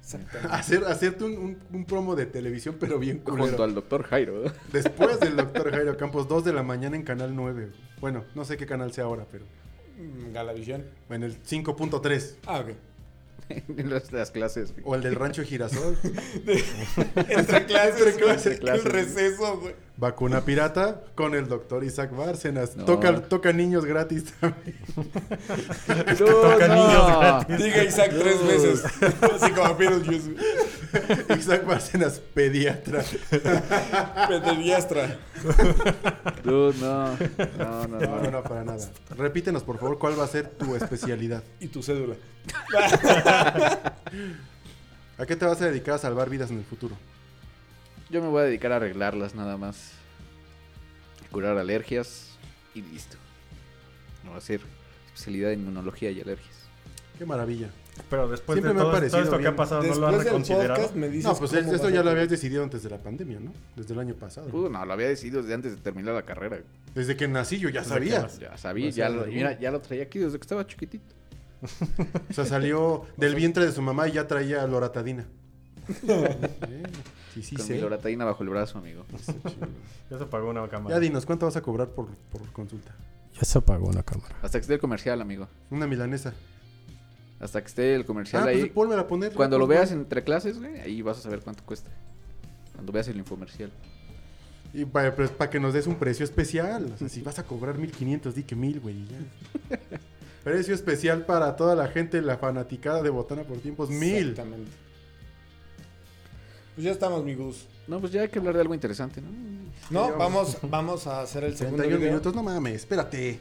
B: Exactamente.
A: Hacer, hacerte un, un- un promo de televisión, pero bien culero.
C: Junto al doctor Jairo. ¿no?
A: Después del doctor Jairo Campos, 2 de la mañana en Canal 9. Bueno, no sé qué canal sea ahora, pero
B: Mm, Galavisión.
A: en el 5.3
B: Ah, ok.
C: en las, las clases, güey.
A: o el del Rancho Girasol.
B: Entre clases,
A: Entre clases,
B: güey,
C: clases,
B: el
C: güey.
B: receso, güey.
A: Vacuna pirata con el doctor Isaac Bárcenas.
C: No.
A: Toca, toca niños gratis también.
D: tocan niños gratis.
B: Diga Isaac tres veces. Así como Beetlejuice, güey.
A: Isaac Bárcenas, pediatra.
B: Pediatra.
C: Dude, no. No, no,
A: No,
C: no.
A: no, no, para nada. Repítenos, por favor, cuál va a ser tu especialidad.
B: Y tu cédula.
A: ¿A qué te vas a dedicar a salvar vidas en el futuro?
C: Yo me voy a dedicar a arreglarlas nada más. Curar alergias y listo. No va a ser especialidad en inmunología y alergias.
A: Qué maravilla.
D: Pero después
A: Siempre
D: de
A: me ha
D: todo, todo
A: parecido
D: esto que
A: bien.
D: ha pasado, ¿no lo han
B: Después del
D: reconsiderado?
B: podcast me dices
A: No, pues
B: cómo
A: es-
B: vas
A: esto
B: a-
A: ya lo habías decidido antes de la pandemia, ¿no? Desde el año pasado.
C: Uh, no, lo había decidido desde antes de terminar la carrera. güey.
A: Desde que nací yo ya
D: Desde que
A: sabía.
D: nací.
C: Ya sabía,
D: Pues
C: ya
D: sí,
C: lo,
D: seguro.
C: mira, ya lo traía aquí desde que estaba chiquitito.
A: O sea, salió del vientre de su mamá y ya traía loratadina. Sí, sí,
C: con
A: sé.
C: mi loratadina bajo el brazo, amigo.
D: Ya se pagó una cámara.
A: Ya dinos, ¿cuánto vas a cobrar por, por consulta?
E: Ya se apagó la cámara.
C: Hasta que esté el comercial, amigo.
A: Una milanesa.
C: Hasta que esté el comercial
A: Ah,
C: ahí.
A: pues vuelve a poner.
C: Cuando lo veas entre clases, güey, ahí vas a saber cuánto cuesta. Cuando veas el infomercial.
A: Y para, pues, para que nos des un precio especial. O sea, si vas a cobrar 1500, di que 1000, güey. y ya. precio especial para toda la gente, la fanaticada de Botana por tiempos, 1000.
B: Exactamente. Pues ya estamos, amigos.
C: No, pues ya hay que hablar de algo interesante, ¿no?
B: No,
A: Sí,
B: vamos, vamos a hacer el segundo
A: 31
B: video.
A: minutos, no mames, espérate.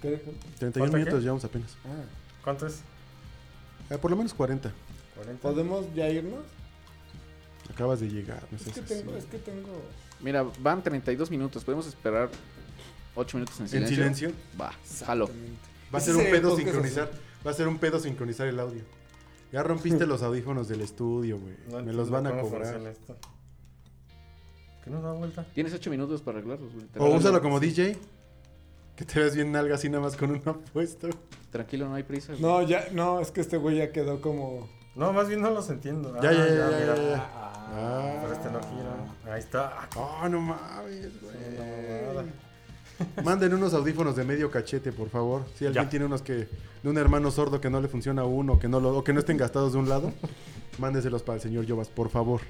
B: ¿Qué?
A: 31
D: ¿Falta
A: minutos
D: qué?
A: llevamos apenas.
B: Ah,
D: ¿Cuánto es?
A: Ah, por lo menos 40.
D: 40.
B: ¿Podemos ya irnos?
A: Acabas de llegar. no
B: Es que
A: seas
B: tengo,
A: así.
B: es que tengo...
C: Mira, van 32 minutos. Podemos esperar 8 minutos en
A: En
C: silencio.
A: silencio.
C: Va, jalo.
B: Exactamente.
A: Va a
B: Ese
A: ser un
B: sería el
A: pedo
B: podcast
A: sincronizar.
B: así.
A: Va a ser un pedo sincronizar el audio. Ya rompiste los audífonos del estudio, güey.
D: No
A: Me
D: entiendo
A: los van a
D: cómo
A: cobrar.
D: funciona esto. ¿Qué nos da vuelta?
C: Tienes 8 minutos para arreglarlos, güey.
A: O
C: Tranquilo,
A: úsalo como DJ. Que te ves bien nalga así nada más con uno puesto.
C: Tranquilo, no hay prisa. güey.
B: No, ya, no, es que este güey ya quedó como...
D: No, más bien no los entiendo.
A: Ya,
D: Ah,
A: ya, ya, ya,
D: mira.
A: ya, ya.
B: Ah.
D: Pero este no gira. Ahí está. Ah,
A: Oh, no mames,
D: qué mamada.
A: güey. Manden unos audífonos de medio cachete, por favor. Si alguien
D: Ya.
A: tiene unos que de un hermano sordo que no le funciona a uno, que no lo, o que no estén gastados de un lado, mándeselos para el señor Yovas, por favor.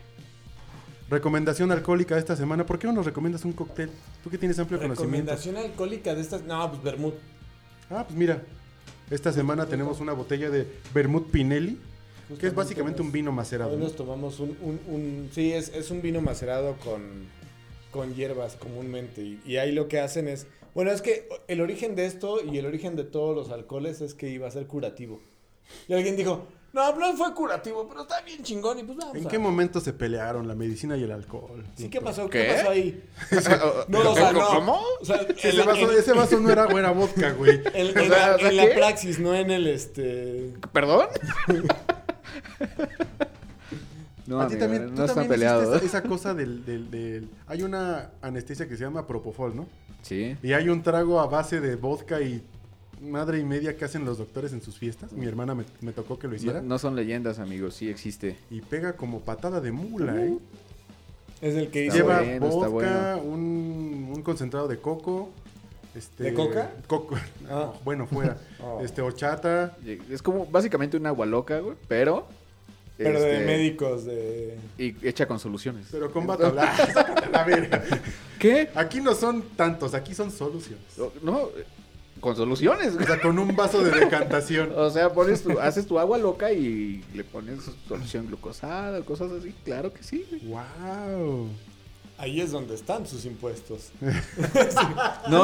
A: Recomendación alcohólica esta semana. ¿Por qué no nos recomiendas un cóctel? Tú que tienes amplio conocimiento.
B: Recomendación alcohólica de estas... No, pues vermut.
A: Ah, pues mira, esta semana tenemos una botella de Vermut Pinelli, que es
B: Justamente este
A: básicamente un
B: nos-
A: vino macerado.
B: Hoy
A: ¿no?
B: nos tomamos un... un, un- sí, es, es un vino macerado con, con hierbas comúnmente. Y, y ahí lo que hacen es... Bueno, es que el origen de esto y el origen de todos los alcoholes es que iba a ser curativo. Y alguien dijo, no, pues, no fue curativo, pero está bien chingón y pues vamos
A: ¿En
B: a-
A: qué momento se pelearon la medicina y el alcohol?
B: Sí, ¿qué pasó? ¿Qué,
C: ¿Qué?
B: pasó ahí? No,
C: ¿Pero
B: o sea,
C: cómo-
B: no.
C: ¿Cómo?
B: O sea,
A: Sí,
B: en
A: ese,
B: la-
A: vaso,
B: en-
A: ese vaso no era buena vodka, güey.
B: en-
C: o
B: en
C: sea,
B: la-
C: o sea,
B: en la
C: ¿qué?
B: praxis, no en el este.
C: ¿Perdón? no,
A: a ti
C: amigo,
A: también,
C: no
A: tú
C: están
A: también
C: peleados.
A: hiciste esa, esa cosa del, del- del- Hay una anestesia que se llama propofol, ¿no?
C: Sí.
A: Y hay un trago a base de vodka y madre y media que hacen los doctores en sus fiestas. Mi hermana me, me tocó que lo hiciera.
C: No, no son leyendas, amigos, sí existe.
A: Y pega como patada de mula, ¿eh?
B: Es el que
C: Uh, Está
B: hizo.
A: Lleva
C: bueno, está
A: vodka,
C: bueno.
A: un, un concentrado de coco. Este,
B: ¿De coca?
A: Coco.
B: Ah.
A: Bueno, fuera.
B: Oh.
A: Este, horchata.
C: Es como básicamente una agua loca, güey, pero.
B: Pero de
C: este,
B: médicos, de.
C: Y hecha con soluciones.
A: Pero con batablá. a ver,
C: ¿Qué?
A: aquí no son tantos, aquí son soluciones.
C: No, No, con soluciones,
A: O
C: güey.
A: sea, con un vaso de decantación.
C: O sea, pones tu, haces tu agua loca y le pones solución glucosada, cosas así. Claro que sí, güey.
A: ¡Wow!
B: Ahí es donde están sus impuestos.
C: No,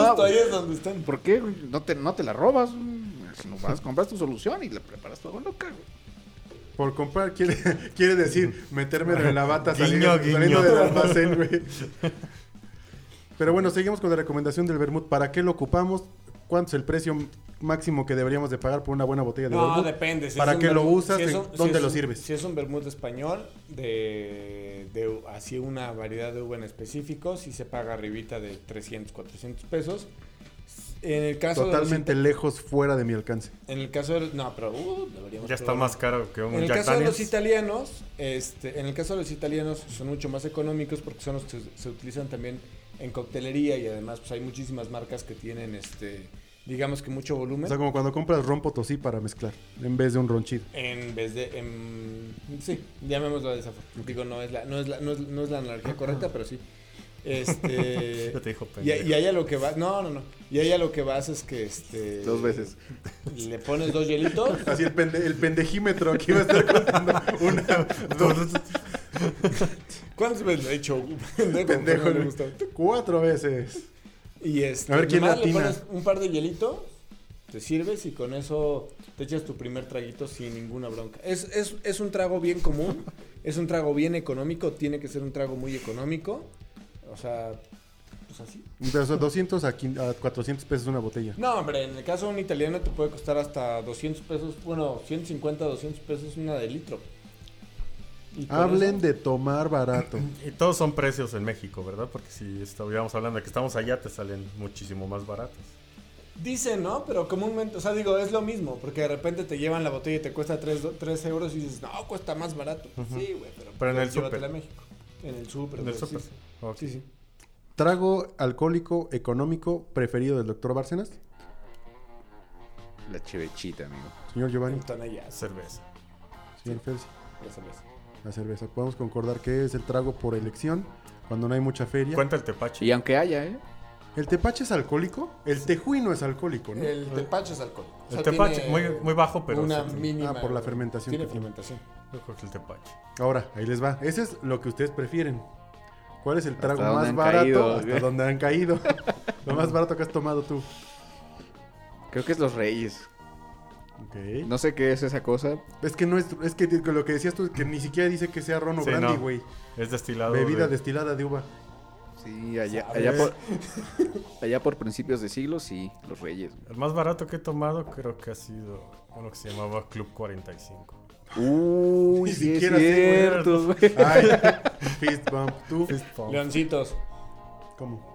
B: Justo ahí
C: güey.
B: es donde están.
C: ¿Por qué? güey? No te, no te la robas. güey. Sino vas, compras tu solución y le preparas tu agua loca, güey.
A: Por comprar quiere, quiere decir meterme de la bata saliendo,
D: Guiño, guiño.
A: saliendo del almacén, güey. Pero bueno, seguimos con la recomendación del vermut. ¿Para qué lo ocupamos? ¿Cuánto es el precio máximo que deberíamos de pagar por una buena botella de
B: No,
A: vermut?
B: depende. Si
A: ¿Para
B: es un
A: qué lo
B: vermut-
A: usas?
B: si es
A: ¿En
B: un- si
A: ¿Dónde
B: es
A: lo
B: un-
A: sirves?
B: Si es un vermut español, de, de así una variedad de uva en específico, si se paga arribita de 300, 400 pesos. En el caso
A: Totalmente
B: de
A: lejos fuera de mi alcance.
B: los, En el caso de los- No, pero uh, deberíamos
D: Ya está
B: probarlo.
D: más caro que un
B: En el
D: Jack
B: caso de
D: Daniels.
B: los italianos, este, en el caso de los italianos son mucho más económicos porque son los que se, se utilizan también en coctelería y además pues hay muchísimas marcas que tienen este, digamos que mucho volumen.
A: O sea, como cuando compras ron potosí para mezclar, en vez de un ron chido.
B: en vez de en, sí llamémoslo de esa forma digo no es la no es la no es, no es la analogía correcta pero sí este
D: Yo te dijo
B: y, a-
D: pendejo.
B: y allá lo que vas no no no y allá lo que vas es que este
C: Dos veces.
B: le pones dos hielitos
A: Así el, pende- el pendejímetro aquí va a estar contando una, dos,
B: cuántas veces le he dicho pendejo,
A: pendejo,
B: no le gusta.
A: cuatro veces.
B: y este
A: A ver, ¿quién
B: nomás le
A: latina?
B: pones un par de hielitos te sirves y con eso te echas tu primer traguito sin ninguna bronca. Es, es, es un trago bien común, es un trago bien económico, tiene que ser un trago muy económico. O sea, pues así.
A: De esos 200 a, quin- a 400 pesos una botella.
B: No, hombre, en el caso de un italiano te puede costar hasta 200 pesos, bueno, 150, 200 pesos una de litro. Y con
A: Hablen
B: eso-
A: de tomar barato.
D: Y Eh, todos son precios en México, ¿verdad? Porque si estuviéramos hablando de que estamos allá, te salen muchísimo más baratos.
B: Dicen, ¿no? Pero comúnmente, o sea, digo, es lo mismo, porque de repente te llevan la botella y te cuesta 3, euros y dices, no, cuesta más barato. Sí, güey, pero,
D: Pero en
B: pues,
D: el súper.
B: llévatela a México. En el súper.
D: En el
B: güey,
D: súper.
B: sí, sí.
D: Ok.
B: Sí, sí.
A: ¿Trago alcohólico económico preferido del doctor Bárcenas?
C: La chevechita, amigo.
A: Señor Giovanni,
B: Están allá, sí,
D: Cerveza.
A: señor Felsi,
B: la cerveza.
A: la cerveza. Podemos concordar que es el trago por elección, cuando no hay mucha feria.
D: Cuenta el tepache.
C: Y aunque haya, ¿eh?
A: ¿El tepache es alcohólico? El tejuino es alcohólico, ¿no?
B: El tepache es alcohol.
D: El tepache, muy, muy bajo, pero
B: Una
D: sí,
B: mínima.
A: Ah, por la fermentación
B: Tiene
A: que tiene.
B: fermentación.
D: yo creo que el tepache.
A: Ahora, ahí les va. Ese es lo que ustedes prefieren. ¿Cuál es el trago
C: dónde
A: más
C: han
A: barato?
C: caído,
A: hasta
C: güey.
A: donde han caído. lo más barato que has tomado tú.
C: Creo que es los reyes.
A: Ok.
C: No sé qué es esa cosa.
A: Es que no es, es que lo que decías tú, que ni siquiera dice que sea ron o
D: Sí,
A: brandy,
D: no.
A: güey.
D: Es destilado.
A: Bebida
D: de-
A: destilada de uva.
C: Sí, allá,
B: ¿Sabes?
C: allá, por, allá por principios de siglo, sí, los reyes.
D: El más barato que he tomado creo que ha sido uno que se llamaba Club 45.
C: Uy,
A: Ni
C: sí es
A: siquiera sé, güey.
C: cierto, güey.
A: Ay, fist bump. Tú,
D: Oh.
B: Leoncitos.
A: ¿cómo?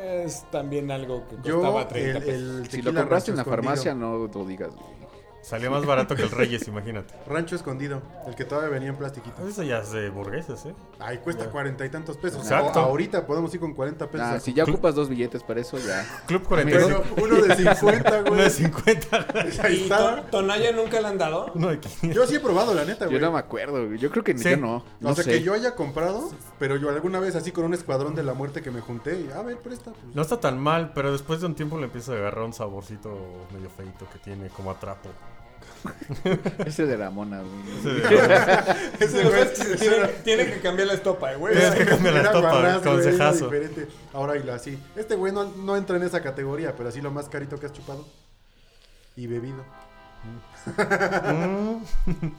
B: Es también algo que
A: Yo,
B: costaba 30
A: el,
B: pesos.
A: el
C: Si
A: tequila
C: lo compraste en la
A: Rancho
C: farmacia,
A: Escondido.
C: no lo digas, güey.
D: Salió más barato que el Reyes, imagínate.
A: Rancho escondido, el que todavía venía en plastiquito.
D: Eso ya es de burguesas, ¿eh?
A: Ay, cuesta cuarenta y tantos pesos.
D: Exacto.
A: A- ahorita podemos ir con 40 pesos.
C: Ah,
A: a-
C: si ya ocupas dos billetes para eso, ya.
D: Club
A: Pero
D: 45.
A: uno de 50,
D: Uno
A: güey.
D: de 50.
A: Ahí
B: ¿Y
A: está.
B: Ton- Tonaya nunca le han dado?
D: Uno de 500.
A: Yo sí he probado, la neta,
C: Yo
A: güey.
C: no me acuerdo, güey. Yo creo que ni-
D: Sí.
C: yo no. No
A: o sea,
C: sé.
A: que yo haya comprado, pero yo alguna vez así con un escuadrón de la muerte que me junté y, a ver, presta. Pues.
D: No está tan mal, pero después de un tiempo le empieza a agarrar un saborcito medio feito que tiene como atrapo.
C: Ese de la mona, güey.
A: Ese
B: O sea,
A: güey
B: es que
A: ese
B: tiene,
A: era-
B: tiene que cambiar la estopa, eh, güey.
D: Tienes que cambiar la
A: era
D: tapa,
A: guarraz, güey, era
D: consejazo.
A: diferente. Ahora y así. Este güey no, no entra en esa categoría, pero así lo más carito que has chupado y bebido.
D: Mm,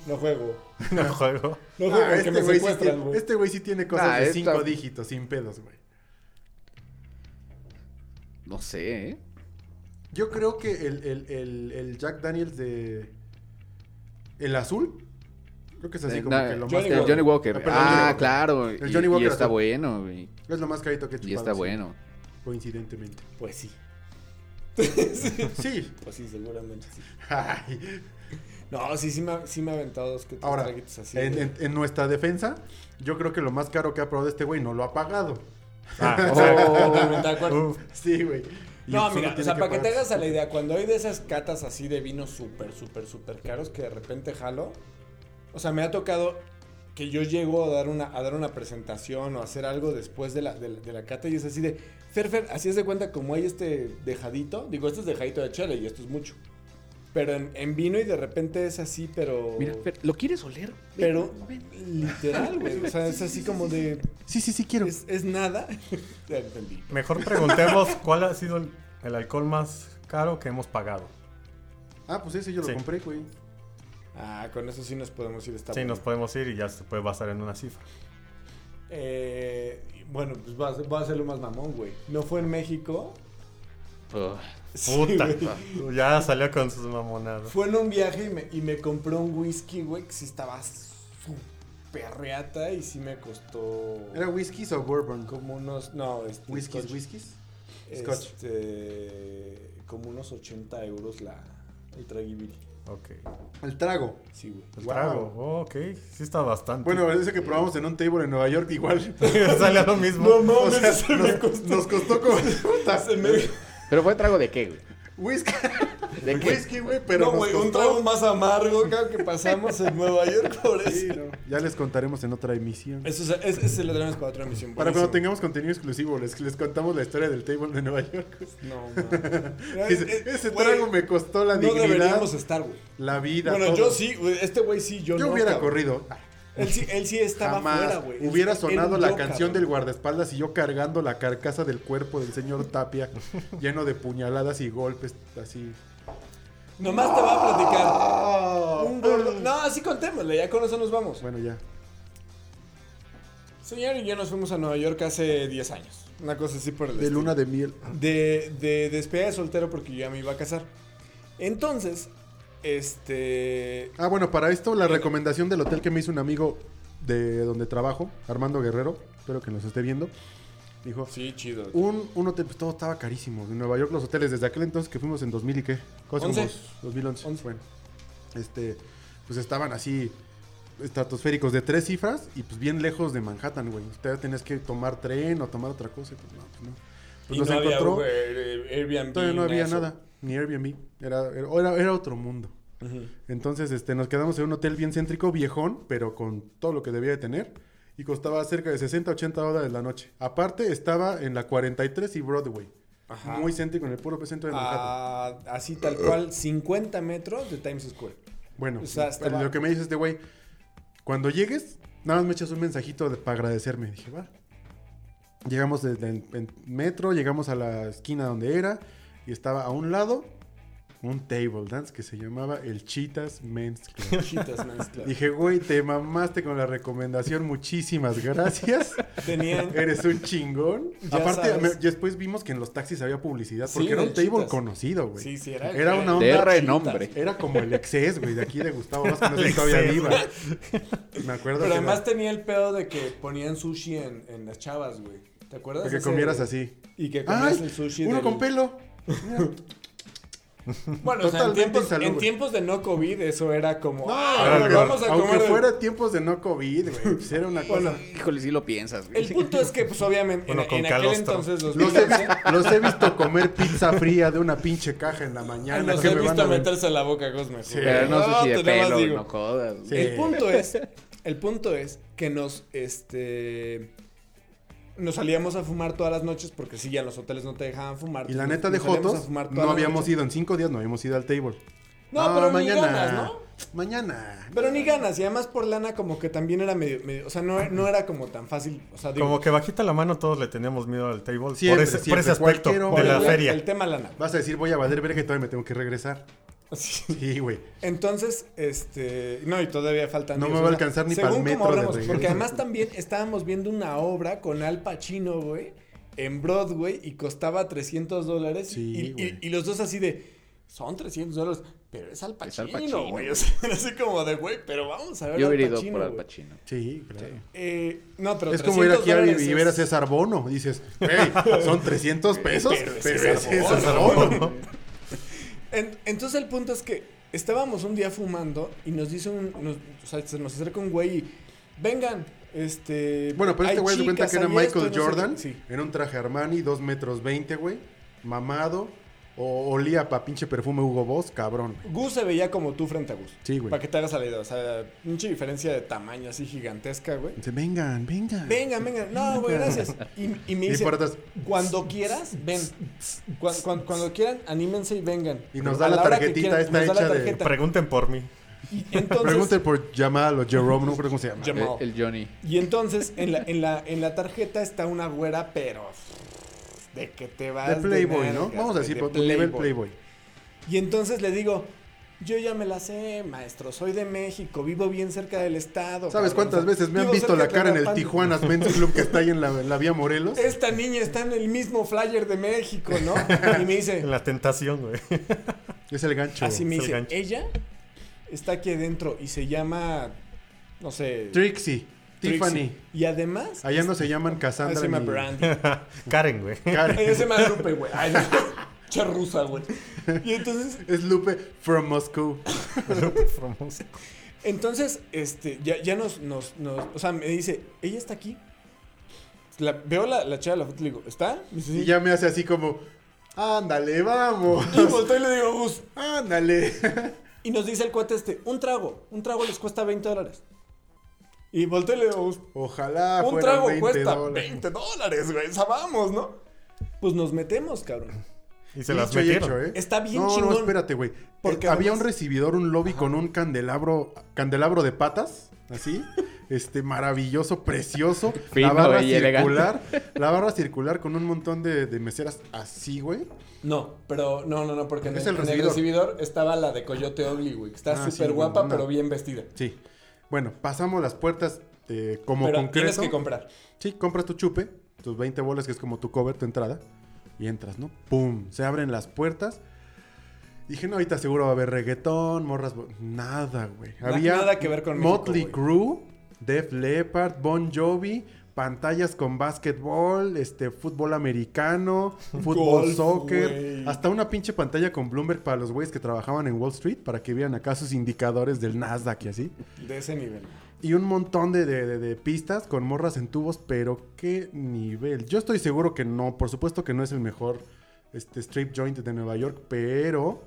B: No juego.
D: no juego.
B: No
A: Ah,
B: juego porque
A: este
B: me
A: güey sí tiene-
B: secuestran, güey.
A: este güey sí tiene cosas
D: Ah,
C: Nah,
A: de
C: esta-
A: cinco dígitos, sin pedos, güey.
C: No sé, ¿eh?
A: Yo creo que el, el- el- el Jack Daniels de. El azul. Creo que es así
D: Eh,
A: como
C: Nah,
A: que lo más
B: Johnny
C: el
A: caro.
B: Walker.
C: Eh, Johnny Walker.
A: Ah, perdón, Johnny
C: Ah,
A: Walker.
C: claro.
A: El
C: y-
A: Johnny
C: y,
A: Walker
C: está
A: azul.
C: bueno, güey.
A: Es lo más carito que he chupado.
C: Y está
A: sí,
C: bueno.
A: Coincidentemente.
B: Pues sí.
A: Sí.
B: Pues sí, seguramente sí.
A: Ay.
B: No, sí, sí me, ha- sí me ha aventado dos que tres
A: Ahora,
B: traguitos así.
A: en,
B: güey.
A: en- en nuestra defensa, yo creo que lo más caro que ha probado este güey no lo ha pagado.
C: Oh.
D: Ah,
B: Totalmente de acuerdo.
D: uf,
A: Sí, güey. Y
B: No,
A: solo
B: mira,
A: tiene
B: o sea, para que te
A: pagar.
B: hagas a la idea, cuando hay de esas catas así de vinos súper, súper, súper caros que de repente jalo, o sea, me ha tocado que yo llego a dar una, a dar una presentación o a hacer algo después de la, de, la- de la cata y es así de, Fer, Fer, así es de cuenta como hay este dejadito, digo, este es dejadito de chela y esto es mucho, pero en, en vino y de repente es así, pero...
C: Mira, Fer, ¿lo quieres oler? Ven,
B: pero
C: ven.
B: literal, güey, o sea, es así como de,
A: Sí, sí, sí, quiero.
B: es, es nada. ya entendí.
D: mejor preguntemos cuál ha sido el, el alcohol más caro que hemos pagado.
A: Ah, pues ese yo lo
D: Sí.
A: compré, güey.
B: Ah, con eso sí nos podemos ir esta
D: Sí, nos podemos ir y ya se puede basar en una cifra.
B: Eh, bueno, pues va a, ser- va a ser lo más mamón, güey. No fue en México,
C: Oh.
D: Puta.
B: Sí, güey.
D: ya salió con sus mamonadas.
B: Fue en un viaje y me, y me compró un whisky, güey, que sí estaba súper reata y sí me costó.
A: ¿Era whiskies o bourbon?
B: Como unos. No, este.
A: ¿Whiskies,
B: scotch.
A: whiskies? Scotch.
B: Este, como unos 80 euros la, el traguibiri.
D: Ok.
A: El trago.
B: Sí, güey.
D: El
A: Guau.
D: trago. Oh, ok. Sí está bastante.
A: Bueno, ese que probamos en un table en Nueva York, igual.
D: sale lo mismo.
B: No mames,
A: O sea,
B: se me
A: nos,
B: costó.
A: nos costó como. puta,
B: Se me...
C: Pero fue trago de qué, güey.
A: Whisky.
C: ¿De qué?
A: Whisky, güey, pero.
B: no,
A: nos
B: güey, un
A: costó-
B: trago más amargo cabrón, que pasamos en Nueva York por eso.
A: Sí, no. Ya les contaremos en otra emisión.
B: Eso es, es, ese lo tenemos para otra misión.
A: Para cuando
B: buenísimo.
A: tengamos contenido exclusivo, les, les contamos la historia del table de Nueva York.
B: No, no.
A: Ese, ese trago me costó la
B: No
A: dignidad,
B: deberíamos estar, güey.
A: la vida.
B: Bueno,
A: todo.
B: yo sí, güey, este güey sí, yo,
A: Yo
B: no,
A: hubiera
B: cabrón.
A: corrido. Ah,
B: Él sí, él sí estaba
A: Jamás
B: fuera, güey. Él-
A: hubiera
B: él
A: sonado
B: huyó,
A: la canción
B: cabrón.
A: del guardaespaldas y yo cargando la carcasa del cuerpo del señor Tapia, lleno de puñaladas y golpes, así.
B: Nomás te va a platicar. Un gordo. Ah. No, así contémosle, ya con eso nos vamos.
A: Bueno, ya.
B: Señor y yo nos fuimos a Nueva York hace 10 años. Una cosa así por el
A: De
B: estilo.
A: luna de miel.
B: de, de despedida de soltero porque yo ya me iba a casar. Entonces, este.
A: Ah, bueno, para esto la recomendación del hotel que me hizo un amigo de donde trabajo, Armando Guerrero, espero que nos esté viendo, dijo,
B: Sí, chido.
A: un, un hotel, pues todo estaba carísimo. En Nueva York los hoteles, desde aquel entonces que fuimos en 2000 y qué, cosa como
B: Once.
A: 2011,
B: Once.
A: bueno, este, pues estaban así estratosféricos de tres cifras y pues bien lejos de Manhattan, güey. Usted tenías que tomar tren o tomar otra cosa, y, pues no, pues no. Pues
B: y no había Uber, eh, Airbnb.
A: todavía no
B: nada de
A: había
B: eso.
A: nada, ni Airbnb, era, era, era otro mundo.
B: Ujú.
A: Entonces, este, nos quedamos en un hotel bien céntrico, viejón, pero con todo lo que debía de tener. Y costaba cerca de 60, 80 dólares la noche. Aparte, estaba en la 43 y Broadway.
B: Ajá.
A: Muy céntrico, en el puro centro de Manhattan.
B: Ah, así tal cual, 50 metros de Times Square.
A: bueno,
B: o sea,
A: el-
B: estaba-
A: lo que me dices este güey, cuando llegues, nada más me echas un mensajito de- para agradecerme. Dije, va. Llegamos desde el- en metro, llegamos a la esquina donde era. Y estaba a un lado un table dance que se llamaba el Cheetahs Men's Club.
B: Chitas, man, claro.
A: Dije, güey, te mamaste con la recomendación, muchísimas gracias.
B: Tenían.
A: Eres un chingón.
B: Ya
A: Aparte,
B: sabes.
A: me- después vimos que en los taxis había publicidad,
B: Sí,
A: porque era un
B: del
A: table
B: Cheetahs.
A: conocido, güey.
B: Sí, sí, era.
A: Era una
C: De
A: onda
C: renombre.
A: Era como el exes, güey, de aquí de Gustavo Vázquez, no sé si todavía
D: Exes.
A: viva. Me acuerdo
B: Pero
A: que,
B: además
A: la-
B: tenía el pedo de que ponían sushi en, en las chavas, güey. ¿Te acuerdas?
A: que
B: ese,
A: comieras
B: güey?
A: así.
B: Y que comías
A: ¡Ay!
B: el sushi.
A: uno
B: del-
A: con pelo. Mira,
B: Bueno, o sea, en
A: Totalmente
B: tiempos,
A: insalubre.
B: en tiempos de no COVID, eso era como.
A: Ah,
B: "Ah,
A: aunque-
B: vamos a
A: aunque
B: comer.
A: fuera tiempos de no COVID, güey. pues era una cosa.
C: Híjole, sí lo piensas, güey.
B: El punto es que, pues, obviamente,
D: Bueno,
B: en,
D: con
B: en aquel
D: calostro.
B: entonces, los
A: Los he, vi- los he visto comer pizza fría de una pinche caja en la mañana.
B: los
A: que
B: he
A: me van
B: visto
A: a vender.
B: meterse a la boca, Cosme.
A: Sí.
C: Pero no sé si
B: te
C: de
B: nada más
C: pelo,
B: digo.
C: no jodas. güey.
A: Sí.
B: El punto es, el punto es que nos, este, nos salíamos a fumar todas las noches porque sí, ya en los hoteles no te dejaban fumar.
A: Y
B: Entonces,
A: la
B: nos-
A: neta de
B: nos salíamos a
A: Jotos,
B: fumar todas
A: no
B: las
A: habíamos
B: noches.
A: ido en cinco días, no habíamos ido al table.
B: No, pero ni ganas, ¿no?
A: Mañana.
B: Pero ni ganas, y además por lana como que también era medio, medio- o sea, no, no era como tan fácil, o sea, digo,
D: Como que bajita la mano todos le teníamos miedo al table
A: Siempre,
D: por, ese,
A: siempre,
D: por ese aspecto
A: cualquier
D: de
A: hora,
D: la
B: el,
A: güey,
D: feria.
B: El tema lana.
A: Vas a decir, voy a valer verga y todavía me tengo que regresar.
B: Así.
A: Sí, güey.
B: Entonces, este, no, y todavía faltan
A: No
B: días,
A: me va a alcanzar ni
B: según
A: pa'l
B: como
A: metro de
B: hablamos,
A: regreso.
B: Porque además también estábamos viendo una obra con Al Pacino, güey, en Broadway y costaba 300 dólares.
A: Sí,
B: y- y,
A: güey.
B: y los dos así de, son 300 dólares, pero es Al
C: Es Al
B: Pacino,
C: Pacino,
B: güey. O sea, así como de, güey, pero vamos a ver
C: Yo
B: Al
C: hubiera ido
B: Pacino,
C: por Al
B: güey".
C: Pacino.
A: Sí, claro.
B: Eh, no, pero
A: Es como ir aquí a
B: dólares
A: vi-
B: es-
A: y ver a César Bono. Dices, güey, son 300 pesos,
B: Pero es
A: pero es
B: César
A: César
B: Bono.
A: Bono.
B: En- entonces el punto es que estábamos un día fumando y nos dice un, nos- o sea, se nos acerca un güey y, vengan, este...
A: Bueno, pero este
B: hay
A: güey se cuenta
B: chicas,
A: que era
B: hay
A: Michael
B: esto, no sé
A: Jordan
B: qué". Sí.
A: en un traje Armani, 2 metros 20, güey. Mamado. O olía pa' pinche perfume Hugo Boss, cabrón. güey.
B: Gus se veía como tú frente a Gus.
A: Sí, güey.
B: Para que te hagas a la idea, o sea, mucha diferencia de tamaño así gigantesca, güey.
A: Dice, vengan, vengan.
B: Venga, venga. No, güey, gracias. Y, y me
A: Y
B: dice,
A: por atrás.
B: cuando quieras, ven. Cuan- cuan- Cuando, quieran, anímense y vengan.
A: Y nos da
B: A
A: la
B: hora que
A: tarjetita
B: quieran,
A: esta
B: nos da la
A: hecha de-
B: tarjeta.
D: Pregunten por mí.
B: Y entonces,
A: Pregunten por Jamal o Jerome, no recuerdo cómo se llama.
B: Jam- Llamado.
C: El, el Johnny.
B: Y entonces en la, en la, en la tarjeta está una güera, pero de que te vas.
A: De Playboy, ¿no?
B: nalgas,
A: Vamos a decir,
B: de
A: por nivel
B: Playboy.
A: Playboy.
B: Y entonces le digo, Yo ya me la sé, maestro. Soy de México, vivo bien cerca del estado.
A: ¿Sabes
B: cabrón.
A: cuántas veces me han
B: Vivo
A: visto
B: cerca
A: la
B: de
A: cara en el
B: Tlalpan.
A: Tijuana Men's Club que está ahí en la, en la vía Morelos?
B: Esta niña está en el mismo flyer de México, ¿no? Y me dice,
D: La tentación, güey.
A: Es el gancho.
B: así me
D: es el
B: dice,
D: gancho.
B: ella está aquí adentro y se llama, no sé,
A: Trixie,
B: Trixie.
A: Tiffany.
B: Y además,
A: Allá no se llaman Cassandra.
B: ella se llama
A: ni
B: Brandy.
D: Karen, güey.
A: Karen.
B: Ella se llama Lupe, güey. Ay, no. Che rusa, güey. Y entonces,
A: Es Lupe from Moscú.
D: Formosa.
B: Entonces, este, ya, ya nos, nos, nos- o sea, me dice, ella está aquí. La- veo la, la chava de la foto y le digo, ¿está? Me dice, sí.
A: Y ya me hace así como, ándale, vamos.
B: Y volteo y le digo, Gus.
A: Ándale.
B: Y nos dice el cuate este, un trago, un trago les cuesta 20 dólares. Y volteo y le digo, Gus,
A: Ojalá
B: un
A: fueran
B: trago
A: 20
B: cuesta
A: Ah, dólares.
B: 20 dólares, güey, o sea, vamos, ¿no? Pues nos metemos, cabrón.
D: Y se
A: Dicho
D: las
A: y
D: metieron.
A: hecho, ¿eh?
B: Está bien
A: no,
B: chingón.
A: No, espérate, güey.
B: Porque
A: Porque había
B: además-
A: un recibidor, un lobby con un candelabro, candelabro de patas, así. Este maravilloso, precioso. la
C: Fino
A: barra
C: y elegante.
A: circular. La barra circular con un montón de, de meseras así, güey.
B: No, pero no, no, no, porque en,
A: Es
B: el,
A: el
B: en el
A: recibidor.
B: recibidor estaba la de Coyote Ogly, güey, que está
A: Ah, sí,
B: súper guapa,
A: una-
B: pero bien vestida.
A: Sí. Bueno, pasamos las puertas eh, como
B: Pero tienes
A: concreto.
B: que comprar.
A: Sí, compras tu chupe, tus 20 bolas, que es como tu cover, tu entrada, y entras, ¿no? ¡Pum! Se abren las puertas. Dije, no, ahorita seguro va a haber reggaetón, morras. bo- Nada, güey.
B: Na-
A: Había
B: nada que ver con
A: Motley
B: México,
A: Crue, Def Leppard, Bon Jovi, pantallas con básquetbol, este, fútbol americano, fútbol,
B: Golf,
A: soccer.
B: güey.
A: Hasta una pinche pantalla con Bloomberg para los güeyes que trabajaban en Wall Street, para que vieran acá sus indicadores del Nasdaq y así.
B: De ese nivel.
A: Y un montón de, de- de- de pistas con morras en tubos, pero qué nivel. Yo estoy seguro que no, por supuesto que no es el mejor este, strip joint de Nueva York, pero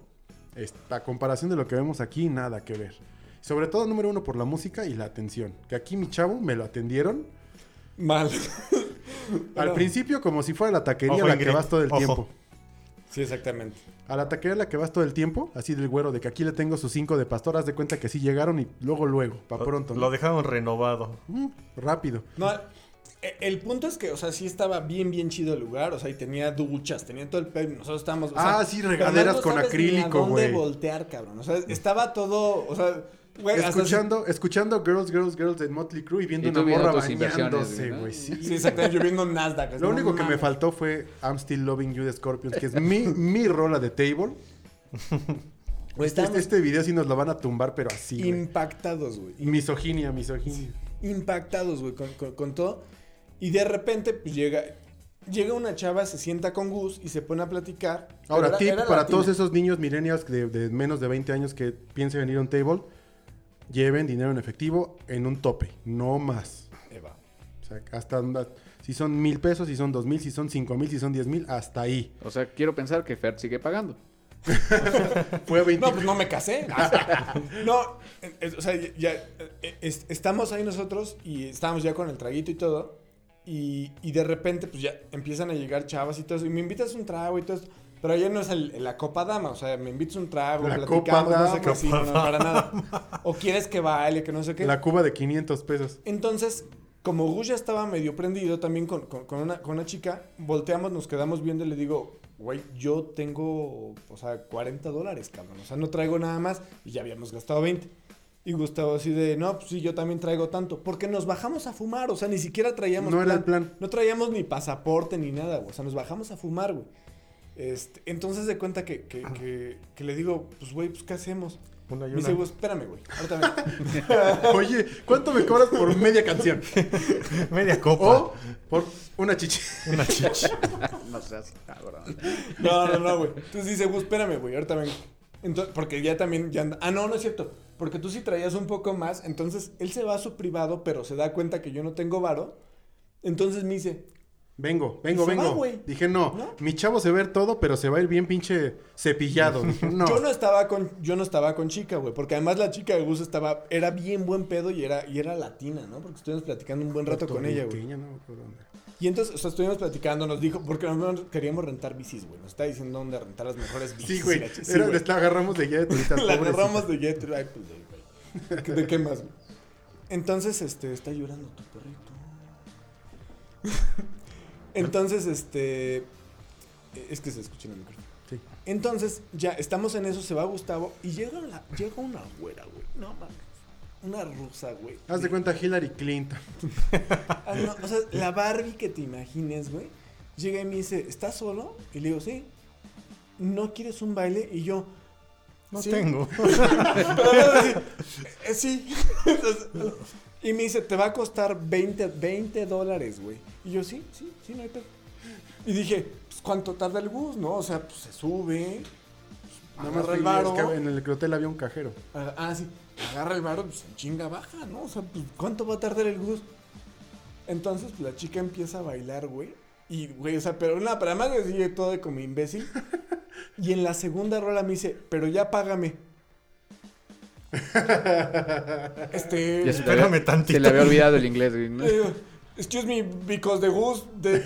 A: esta a comparación de lo que vemos aquí, nada que ver. Sobre todo, número uno, por la música y la atención. Que aquí mi chavo me lo atendieron.
B: Mal.
A: Al
B: Pero-
A: principio como si fuera la taquería
D: Ojo,
A: a la que
D: Ingrid,
A: vas todo el
D: ojo.
A: tiempo.
B: Sí, exactamente.
A: A la taquería a la que vas todo el tiempo, así del güero, de que aquí le tengo sus cinco de pastoras de cuenta que sí llegaron y luego, luego, para pronto. ¿no?
D: Lo dejaron renovado.
A: Mm, rápido.
B: No, e- el punto es que, o sea, sí estaba bien, bien chido el lugar, o sea, y tenía duchas, tenía todo el pe... Nosotros estábamos. o sea,
A: Ah, sí,
B: pero
A: regaderas
B: no
A: con
B: sabes ni
A: acrílico,
B: A
A: güey.
B: dónde voltear, cabrón. O sea, estaba todo, o sea, güey, hasta
A: escuchando, escuchando Girls, Girls, Girls de Motley Crue y viendo
C: Y tú
A: una
C: viendo
A: morra
C: tus inversiones,
A: bañándose,
C: güey, ¿no?
A: güey. sí.
B: si- Sí, exactamente, yo viendo Nasdaq.
A: Lo único que me
B: falta
A: faltó fue I'm Still Loving You de Scorpions, que es mi, mi rola de table. Este, este video sí nos lo van a tumbar, pero así, güey.
B: impactados, güey.
A: Misoginia, misoginia.
B: impactados, güey, con, con- con todo. Y de repente, pues llega, llega una chava, se sienta con Gus y se pone a platicar. Pero
A: Ahora,
B: era-
A: tip
B: era
A: para
B: latina.
A: todos esos niños millennials de, de menos de 20 años que piensen venir a un table, lleven dinero en efectivo en un tope, no más.
B: Eva.
A: O sea, hasta una- si son mil pesos, si son dos mil, si son cinco mil, si son diez mil, hasta ahí.
C: O sea, quiero pensar que Fer sigue pagando.
A: Fue 20
B: No, pues no me casé. no, eh, eh, o sea, ya, eh, es- estamos ahí nosotros y estábamos ya con el traguito y todo. Y, y de repente, pues ya empiezan a llegar chavas y todo eso. Y me invitas un trago y todo eso. Pero ya no es el- la copa dama, o sea, me invitas un trago,
A: La
B: platicamos,
A: copa
B: no sé qué,
A: dama.
B: sí, no, no, para nada. O quieres que baile, que no sé qué.
A: la Cuba de 500 pesos.
B: Entonces, como Gus ya estaba medio prendido también con, con- con una, con una chica, volteamos, nos quedamos viendo y le digo, güey, yo tengo, o sea, 40 dólares, cabrón. O sea, no traigo nada más y ya habíamos gastado 20. Y Gustavo así de, no, pues sí, yo también traigo tanto. Porque nos bajamos a fumar, o sea, ni siquiera traíamos...
A: No era el plan.
B: No traíamos ni pasaporte ni nada, güey. O sea, nos bajamos a fumar, güey. Este, entonces de cuenta que, que, que- que le digo, pues güey, pues ¿qué hacemos?
D: Una y
B: Me dice,
D: una.
B: Gus, espérame, güey. Ahorita vengo".
A: Oye, ¿cuánto me cobras por media canción?
D: Media copa.
A: O por una chichi.
D: Una chichi.
C: No seas cabrón.
B: No, no, no, güey. Entonces dice, Gus, espérame, güey, ahorita vengo. Entonces, porque ya también ya anda- Ah, no, no es cierto. Porque tú sí traías un poco más. Entonces, él se va a su privado, pero se da cuenta que yo no tengo varo. Entonces me dice,
A: Vengo, vengo,
B: Y se va,
A: vengo.
B: güey.
A: Dije, no,
B: ¿No?
A: mi chavo se va a ir todo, pero se va a ir bien pinche cepillado. Dije, no.
B: yo no estaba con, yo no estaba con chica, güey. Porque además la chica de Gus estaba, era bien buen pedo y era, y era latina, ¿no? Porque estuvimos platicando un buen rato con ella, güey.
A: Puertorriqueña, no me acuerdo dónde.
B: Y entonces, o sea, estuvimos platicando, nos dijo, porque nosotros queríamos rentar bicis, güey. Nos está diciendo dónde rentar las mejores bicis.
A: Sí,
B: y
A: güey.
B: la ch- sí,
A: Era-
B: güey.
A: la agarramos de guía de turistas.
B: La
A: pobrecita.
B: agarramos de Jet Li, ay, pues, de- güey. ¿De qué más? güey? Entonces, este, está llorando tu perrito. Entonces, este. eh, Es que se escucha en el micrófono.
A: Sí.
B: Entonces, ya estamos en eso, se va Gustavo y llega, la- llega una güera, güey. No mames. Una rusa, güey.
A: Haz de cuenta Hillary Clinton.
B: Ah, no, o sea, la Barbie que te imagines, güey. Llega y me dice, ¿estás solo? Y le digo, sí. ¿No quieres un baile? Y yo,
D: No
B: sí.
D: tengo.
B: Pero luego así, "Eh, sí. Entonces, y me dice, te va a costar 20, 20 dólares, güey. Y yo, sí, sí, sí, no hay pedo. Y dije, pues, ¿cuánto tarda el bus, no? O sea, pues, se sube.
A: Nada más
B: agarra
A: que
B: el varo.
A: es que en el hotel había un cajero.
B: Ah, ah, sí. Agarra el varo, pues en chinga baja, ¿no? O sea, pues, ¿cuánto va a tardar el bus? Entonces, pues, la chica empieza a bailar, güey. Y, güey, o sea, pero nada, pero además le sigue todo de como imbécil. Y en la segunda rola me dice, pero ya págame. este.
C: Ya se le
D: Espérame
C: había-
D: tantito.
C: Se le había olvidado el inglés, güey, ¿no?
B: eh, digo, Excuse me, because the bus, they,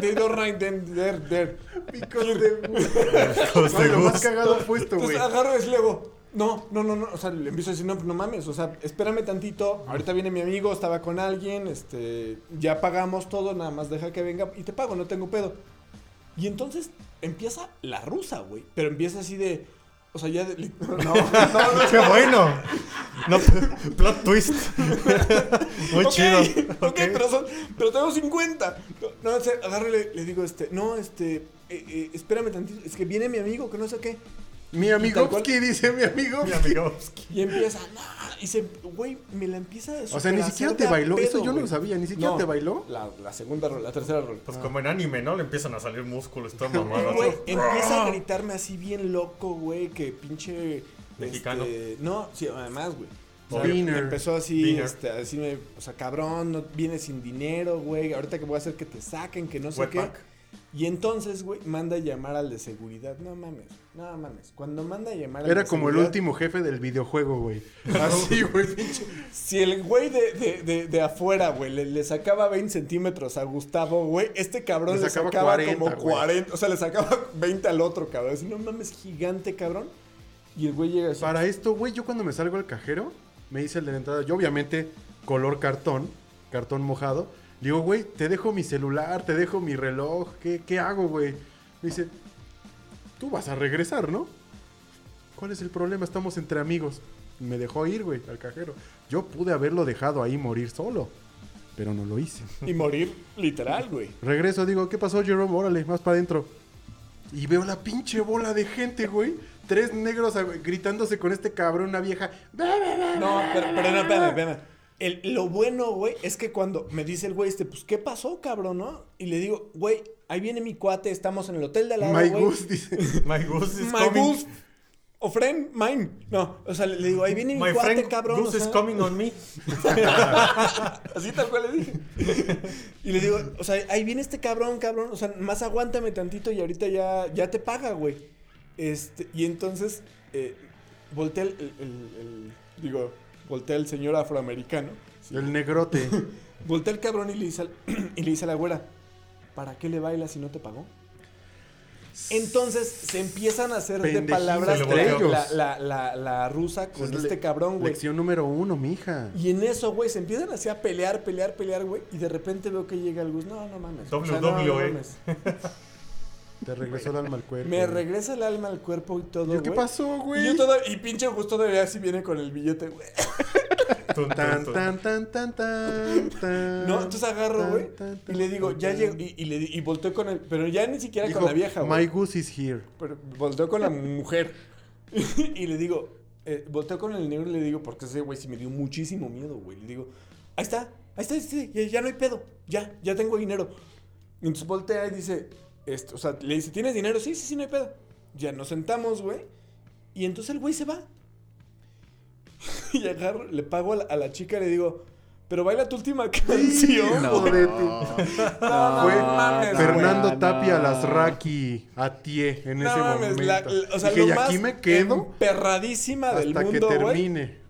B: they don't ride them there, there.
A: Because de...
B: Pues
D: Los de
A: lo más
D: Gus.
A: cagado fue esto, güey.
B: Entonces agarro y le digo, no, no, no, no, o sea, le empiezo a decir, no, no mames, o sea, espérame tantito, ahorita viene mi amigo, estaba con alguien, este, ya pagamos todo, nada más deja que venga y te pago, no tengo pedo. Y entonces empieza la rusa, güey, pero empieza así de, o sea, ya de, no, no, no,
D: ¡Qué bueno! No, plot twist. Muy
B: Ok,
D: chido.
B: Ok, pero, son, pero tengo 50. No, no sé, agarro y le, le digo, este, no, este, eh, eh, espérame tantito, es que viene mi amigo, que no sé qué.
A: Mi
B: Tal
A: amigo,
B: cual.
A: ¿qué dice mi amigo?
D: Mi amigo.
B: Y empieza, "Nah", y se, güey, me la empieza a
A: O sea, ni
B: superhacer
A: siquiera
B: de
A: te
B: a
A: bailó.
B: pedo,
A: Eso yo no
B: güey.
A: lo sabía. Ni siquiera
B: No,
A: te bailó.
B: La, la segunda rola, la tercera rola.
D: Pues como en anime, ¿no? Le empiezan a salir músculos, toda mamada.
B: Güey,
D: así.
B: empieza a gritarme así bien loco, güey, que pinche...
D: Mexicano.
B: este, no, sí, además, güey. O sea,
A: Obvio.
B: me empezó así
D: Beaner.
B: este, a decirme, o sea, cabrón, no vienes sin dinero, güey, ahorita que voy a hacer que te saquen, que no sé qué.
D: Wetback.
B: Y entonces, güey, manda a llamar al de seguridad. No mames, no mames. Cuando manda a llamar al
A: Era
B: de
A: como el
B: seguridad,
A: último jefe del videojuego, güey. Así, güey, pinche.
B: Si el güey de, de, de, de afuera, güey, le, le sacaba 20 centímetros a Gustavo, güey, este cabrón
A: Le
B: le
A: sacaba
B: sacaba,
A: 40,
B: como
A: güey.
B: 40. O sea, le sacaba 20 al otro, cabrón. Así, no mames, gigante, cabrón. Y el güey llega así.
A: Para esto, güey, yo cuando me salgo al cajero, me dice el de la entrada, yo obviamente color cartón, cartón mojado. Le digo, güey, te dejo mi celular, te dejo mi reloj, ¿qué, qué hago, güey? Me dice, tú vas a regresar, ¿no? ¿Cuál es el problema? Estamos entre amigos. Me dejó ir, güey, al cajero. Yo pude haberlo dejado ahí morir solo, pero no lo hice.
B: Y morir literal, güey.
A: Regreso, digo, ¿qué pasó, Jerome? Órale, más para adentro. Y veo la pinche bola de gente, güey. Tres negros ah, güey, gritándose con este cabrón, una vieja. "Ve, ve, ve".
B: No, pero, pero no, espérame, espérame. El- lo bueno, güey, es que cuando me dice el güey este, pues, ¿qué pasó, cabrón, no? Y le digo, güey, ahí viene mi cuate, estamos en el hotel de al lado,
A: My
B: güey.
A: Goose dice.
D: My Goose is
B: My
D: coming.
B: Goose. O friend, mine. No, o sea, le le digo, ahí viene mi
D: My
B: cuate,
D: friend
B: cabrón. o
D: Goose is
B: sea.
D: coming on me.
B: Así tal cual le dije. Y le digo, o sea, ahí viene este cabrón, cabrón. O sea, más aguántame tantito y ahorita ya, ya te paga, güey. Este, y entonces, eh, voltea el, el- el- el- Digo, voltea el señor afroamericano.
A: El negrote.
B: Voltea el cabrón y le dice, al- y le dice a la güera, ¿para qué le bailas si no te pagó? Entonces se empiezan a hacer de
A: Pendejín,
B: palabras
D: se le
B: la-
D: volteó.
B: la, la- la- la rusa con
A: Es le-
B: este cabrón, güey.
A: Lección número uno, mija.
B: Y en eso, güey, se empiezan así a pelear, pelear, pelear, güey. Y de repente veo que llega el Gus. No, no mames. no, no
D: WWE.
B: mames.
A: Te regresó el alma al cuerpo.
B: Me regresa el alma al cuerpo y todo,
A: Yo,
B: güey.
A: ¿Qué pasó,
B: Y,
A: güey?
B: yo todo, y pinche Gus todavía así viene con el billete, güey.
D: Tun, tun,
A: Tan,
D: tun.
A: tan, tan, tan, tan, tan.
B: No, entonces agarro,
A: Tan,
B: güey.
A: tan, tan,
B: Y le digo, ya
A: tan.
B: llego. Y, y le di- y volteo con el. Pero ya ni siquiera
A: Dijo,
B: con la vieja,
A: My
B: güey.
A: Goose is here.
B: Pero volteo con la mujer. y le digo, eh, volteo con el negro y le digo, porque ese güey sí me dio muchísimo miedo, güey. Le digo, ahí está, ahí está, ahí está, ya, ya no hay pedo, ya, ya tengo dinero. Y entonces voltea y dice, este, o sea, le dice, ¿tienes dinero? Sí, sí, sí, no hay pedo. Ya nos sentamos, güey. Y entonces el güey se va. y agarro, le pago a la, a la chica y le digo, pero baila tu última canción.
A: Hijo
B: güey".
A: de tu-
B: No,
A: Fue
B: mames, güey.
A: Fernando
C: Ah, no,
A: Tapia
C: no.
A: Lasraki a tie en ese
B: mames,
A: momento.
B: la- la- o sea,
A: Dije,
B: lo
A: y
B: más
A: aquí me quedo
B: emperradísima del
A: hasta que
B: mundo, güey.
A: termine.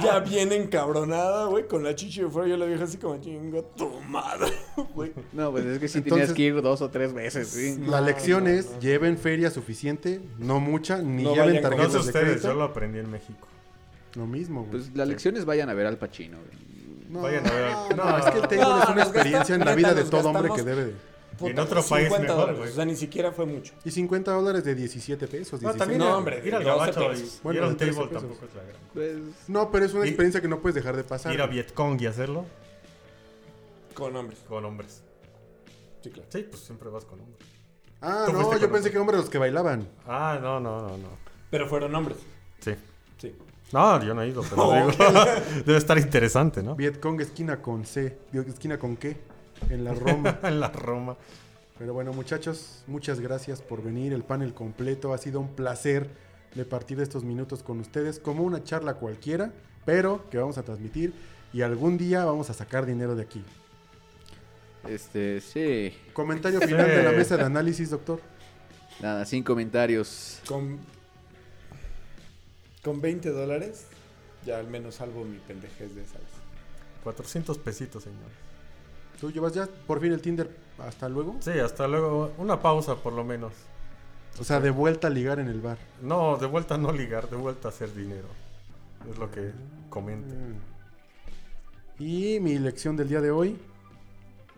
B: Ya bien encabronada, güey, con la chichi de fuera. Yo la dije así como, chingo, tu madre, güey.
C: No, pues es que sí
A: Entonces-
C: tenías que ir dos o tres veces, sí.
A: La lección es, lleven feria suficiente, no mucha, ni
B: No
A: lleven
B: vayan con-
D: No
A: tarjetas
D: sé
A: de
D: ustedes,
A: crédito.
D: yo lo aprendí en México.
A: Lo mismo, güey.
C: Pues las lecciones vayan a ver al Pachino, güey.
A: No,
D: Vayan a ver.
A: No, es que el table
B: No,
A: es una
B: nos
A: experiencia en la
B: gasta-
A: vida de
B: neta,
A: todo
B: nos
A: hombre que
B: gastamos-
A: debe de...
D: en otro país
B: 50
D: mejor,
B: dólares,
D: güey.
B: O sea, ni siquiera fue mucho.
A: Y 50 dólares de 17 pesos.
D: No,
A: 17.
D: también
B: No,
D: ir-
B: hombre,
D: ir al
B: 12
D: gabacho y
B: pesos.
A: Bueno,
D: ir a un
A: 13
D: table
A: pesos.
D: tampoco es la gran.
C: Pues,
A: No, pero es una
D: Y-
A: experiencia que no puedes dejar de pasar.
D: Ir a Vietcong y hacerlo
B: Con hombres.
D: con hombres.
B: Sí, claro.
D: Sí, pues siempre vas con hombres.
A: ah,
D: Tú
A: no,
D: fuiste
A: yo
D: con
A: pensé que hombres los que bailaban.
D: Ah, no, no, no, no.
B: Pero fueron hombres.
D: Sí.
B: Sí.
D: No, yo no he ido, pero
B: Oh,
D: digo, debe estar interesante, ¿no?
A: Vietcong esquina con C. Digo, esquina con qué. En la Roma.
D: En la Roma.
A: Pero bueno, muchachos, muchas gracias por venir. El panel completo ha sido un placer de partir estos minutos con ustedes, como una charla cualquiera, pero que vamos a transmitir y algún día vamos a sacar dinero de aquí.
C: este, sí.
A: Comentario final
D: Sí.
A: de la mesa de análisis, doctor.
C: Nada, sin comentarios.
B: Con, con 20 dólares, ya al menos salvo mi pendejez de esas.
D: 400 pesitos, señor.
A: Tú llevas ya por fin el Tinder. Hasta luego.
D: Sí, hasta luego. Una pausa, por lo menos.
A: O sea, de vuelta a ligar en el bar.
D: No, de vuelta a no ligar, de vuelta a hacer dinero. Es lo que comente.
A: Y mi lección del día de hoy: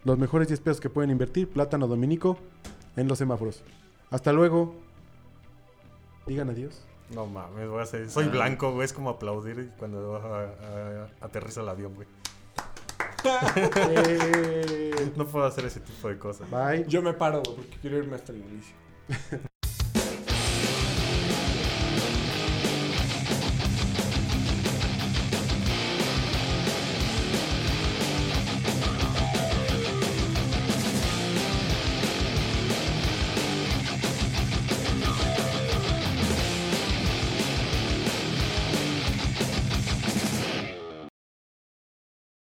A: los mejores 10 pesos que pueden invertir, plátano dominico, en los semáforos. Hasta luego. Digan adiós.
D: No mames, voy a hacer. Soy
C: Ah.
D: blanco, güey. Es como aplaudir cuando vas a- a- aterriza el avión, güey.
A: Eh,
D: No puedo hacer ese tipo de cosas.
A: Bye.
B: Yo me paro, güey, porque quiero irme hasta el inicio.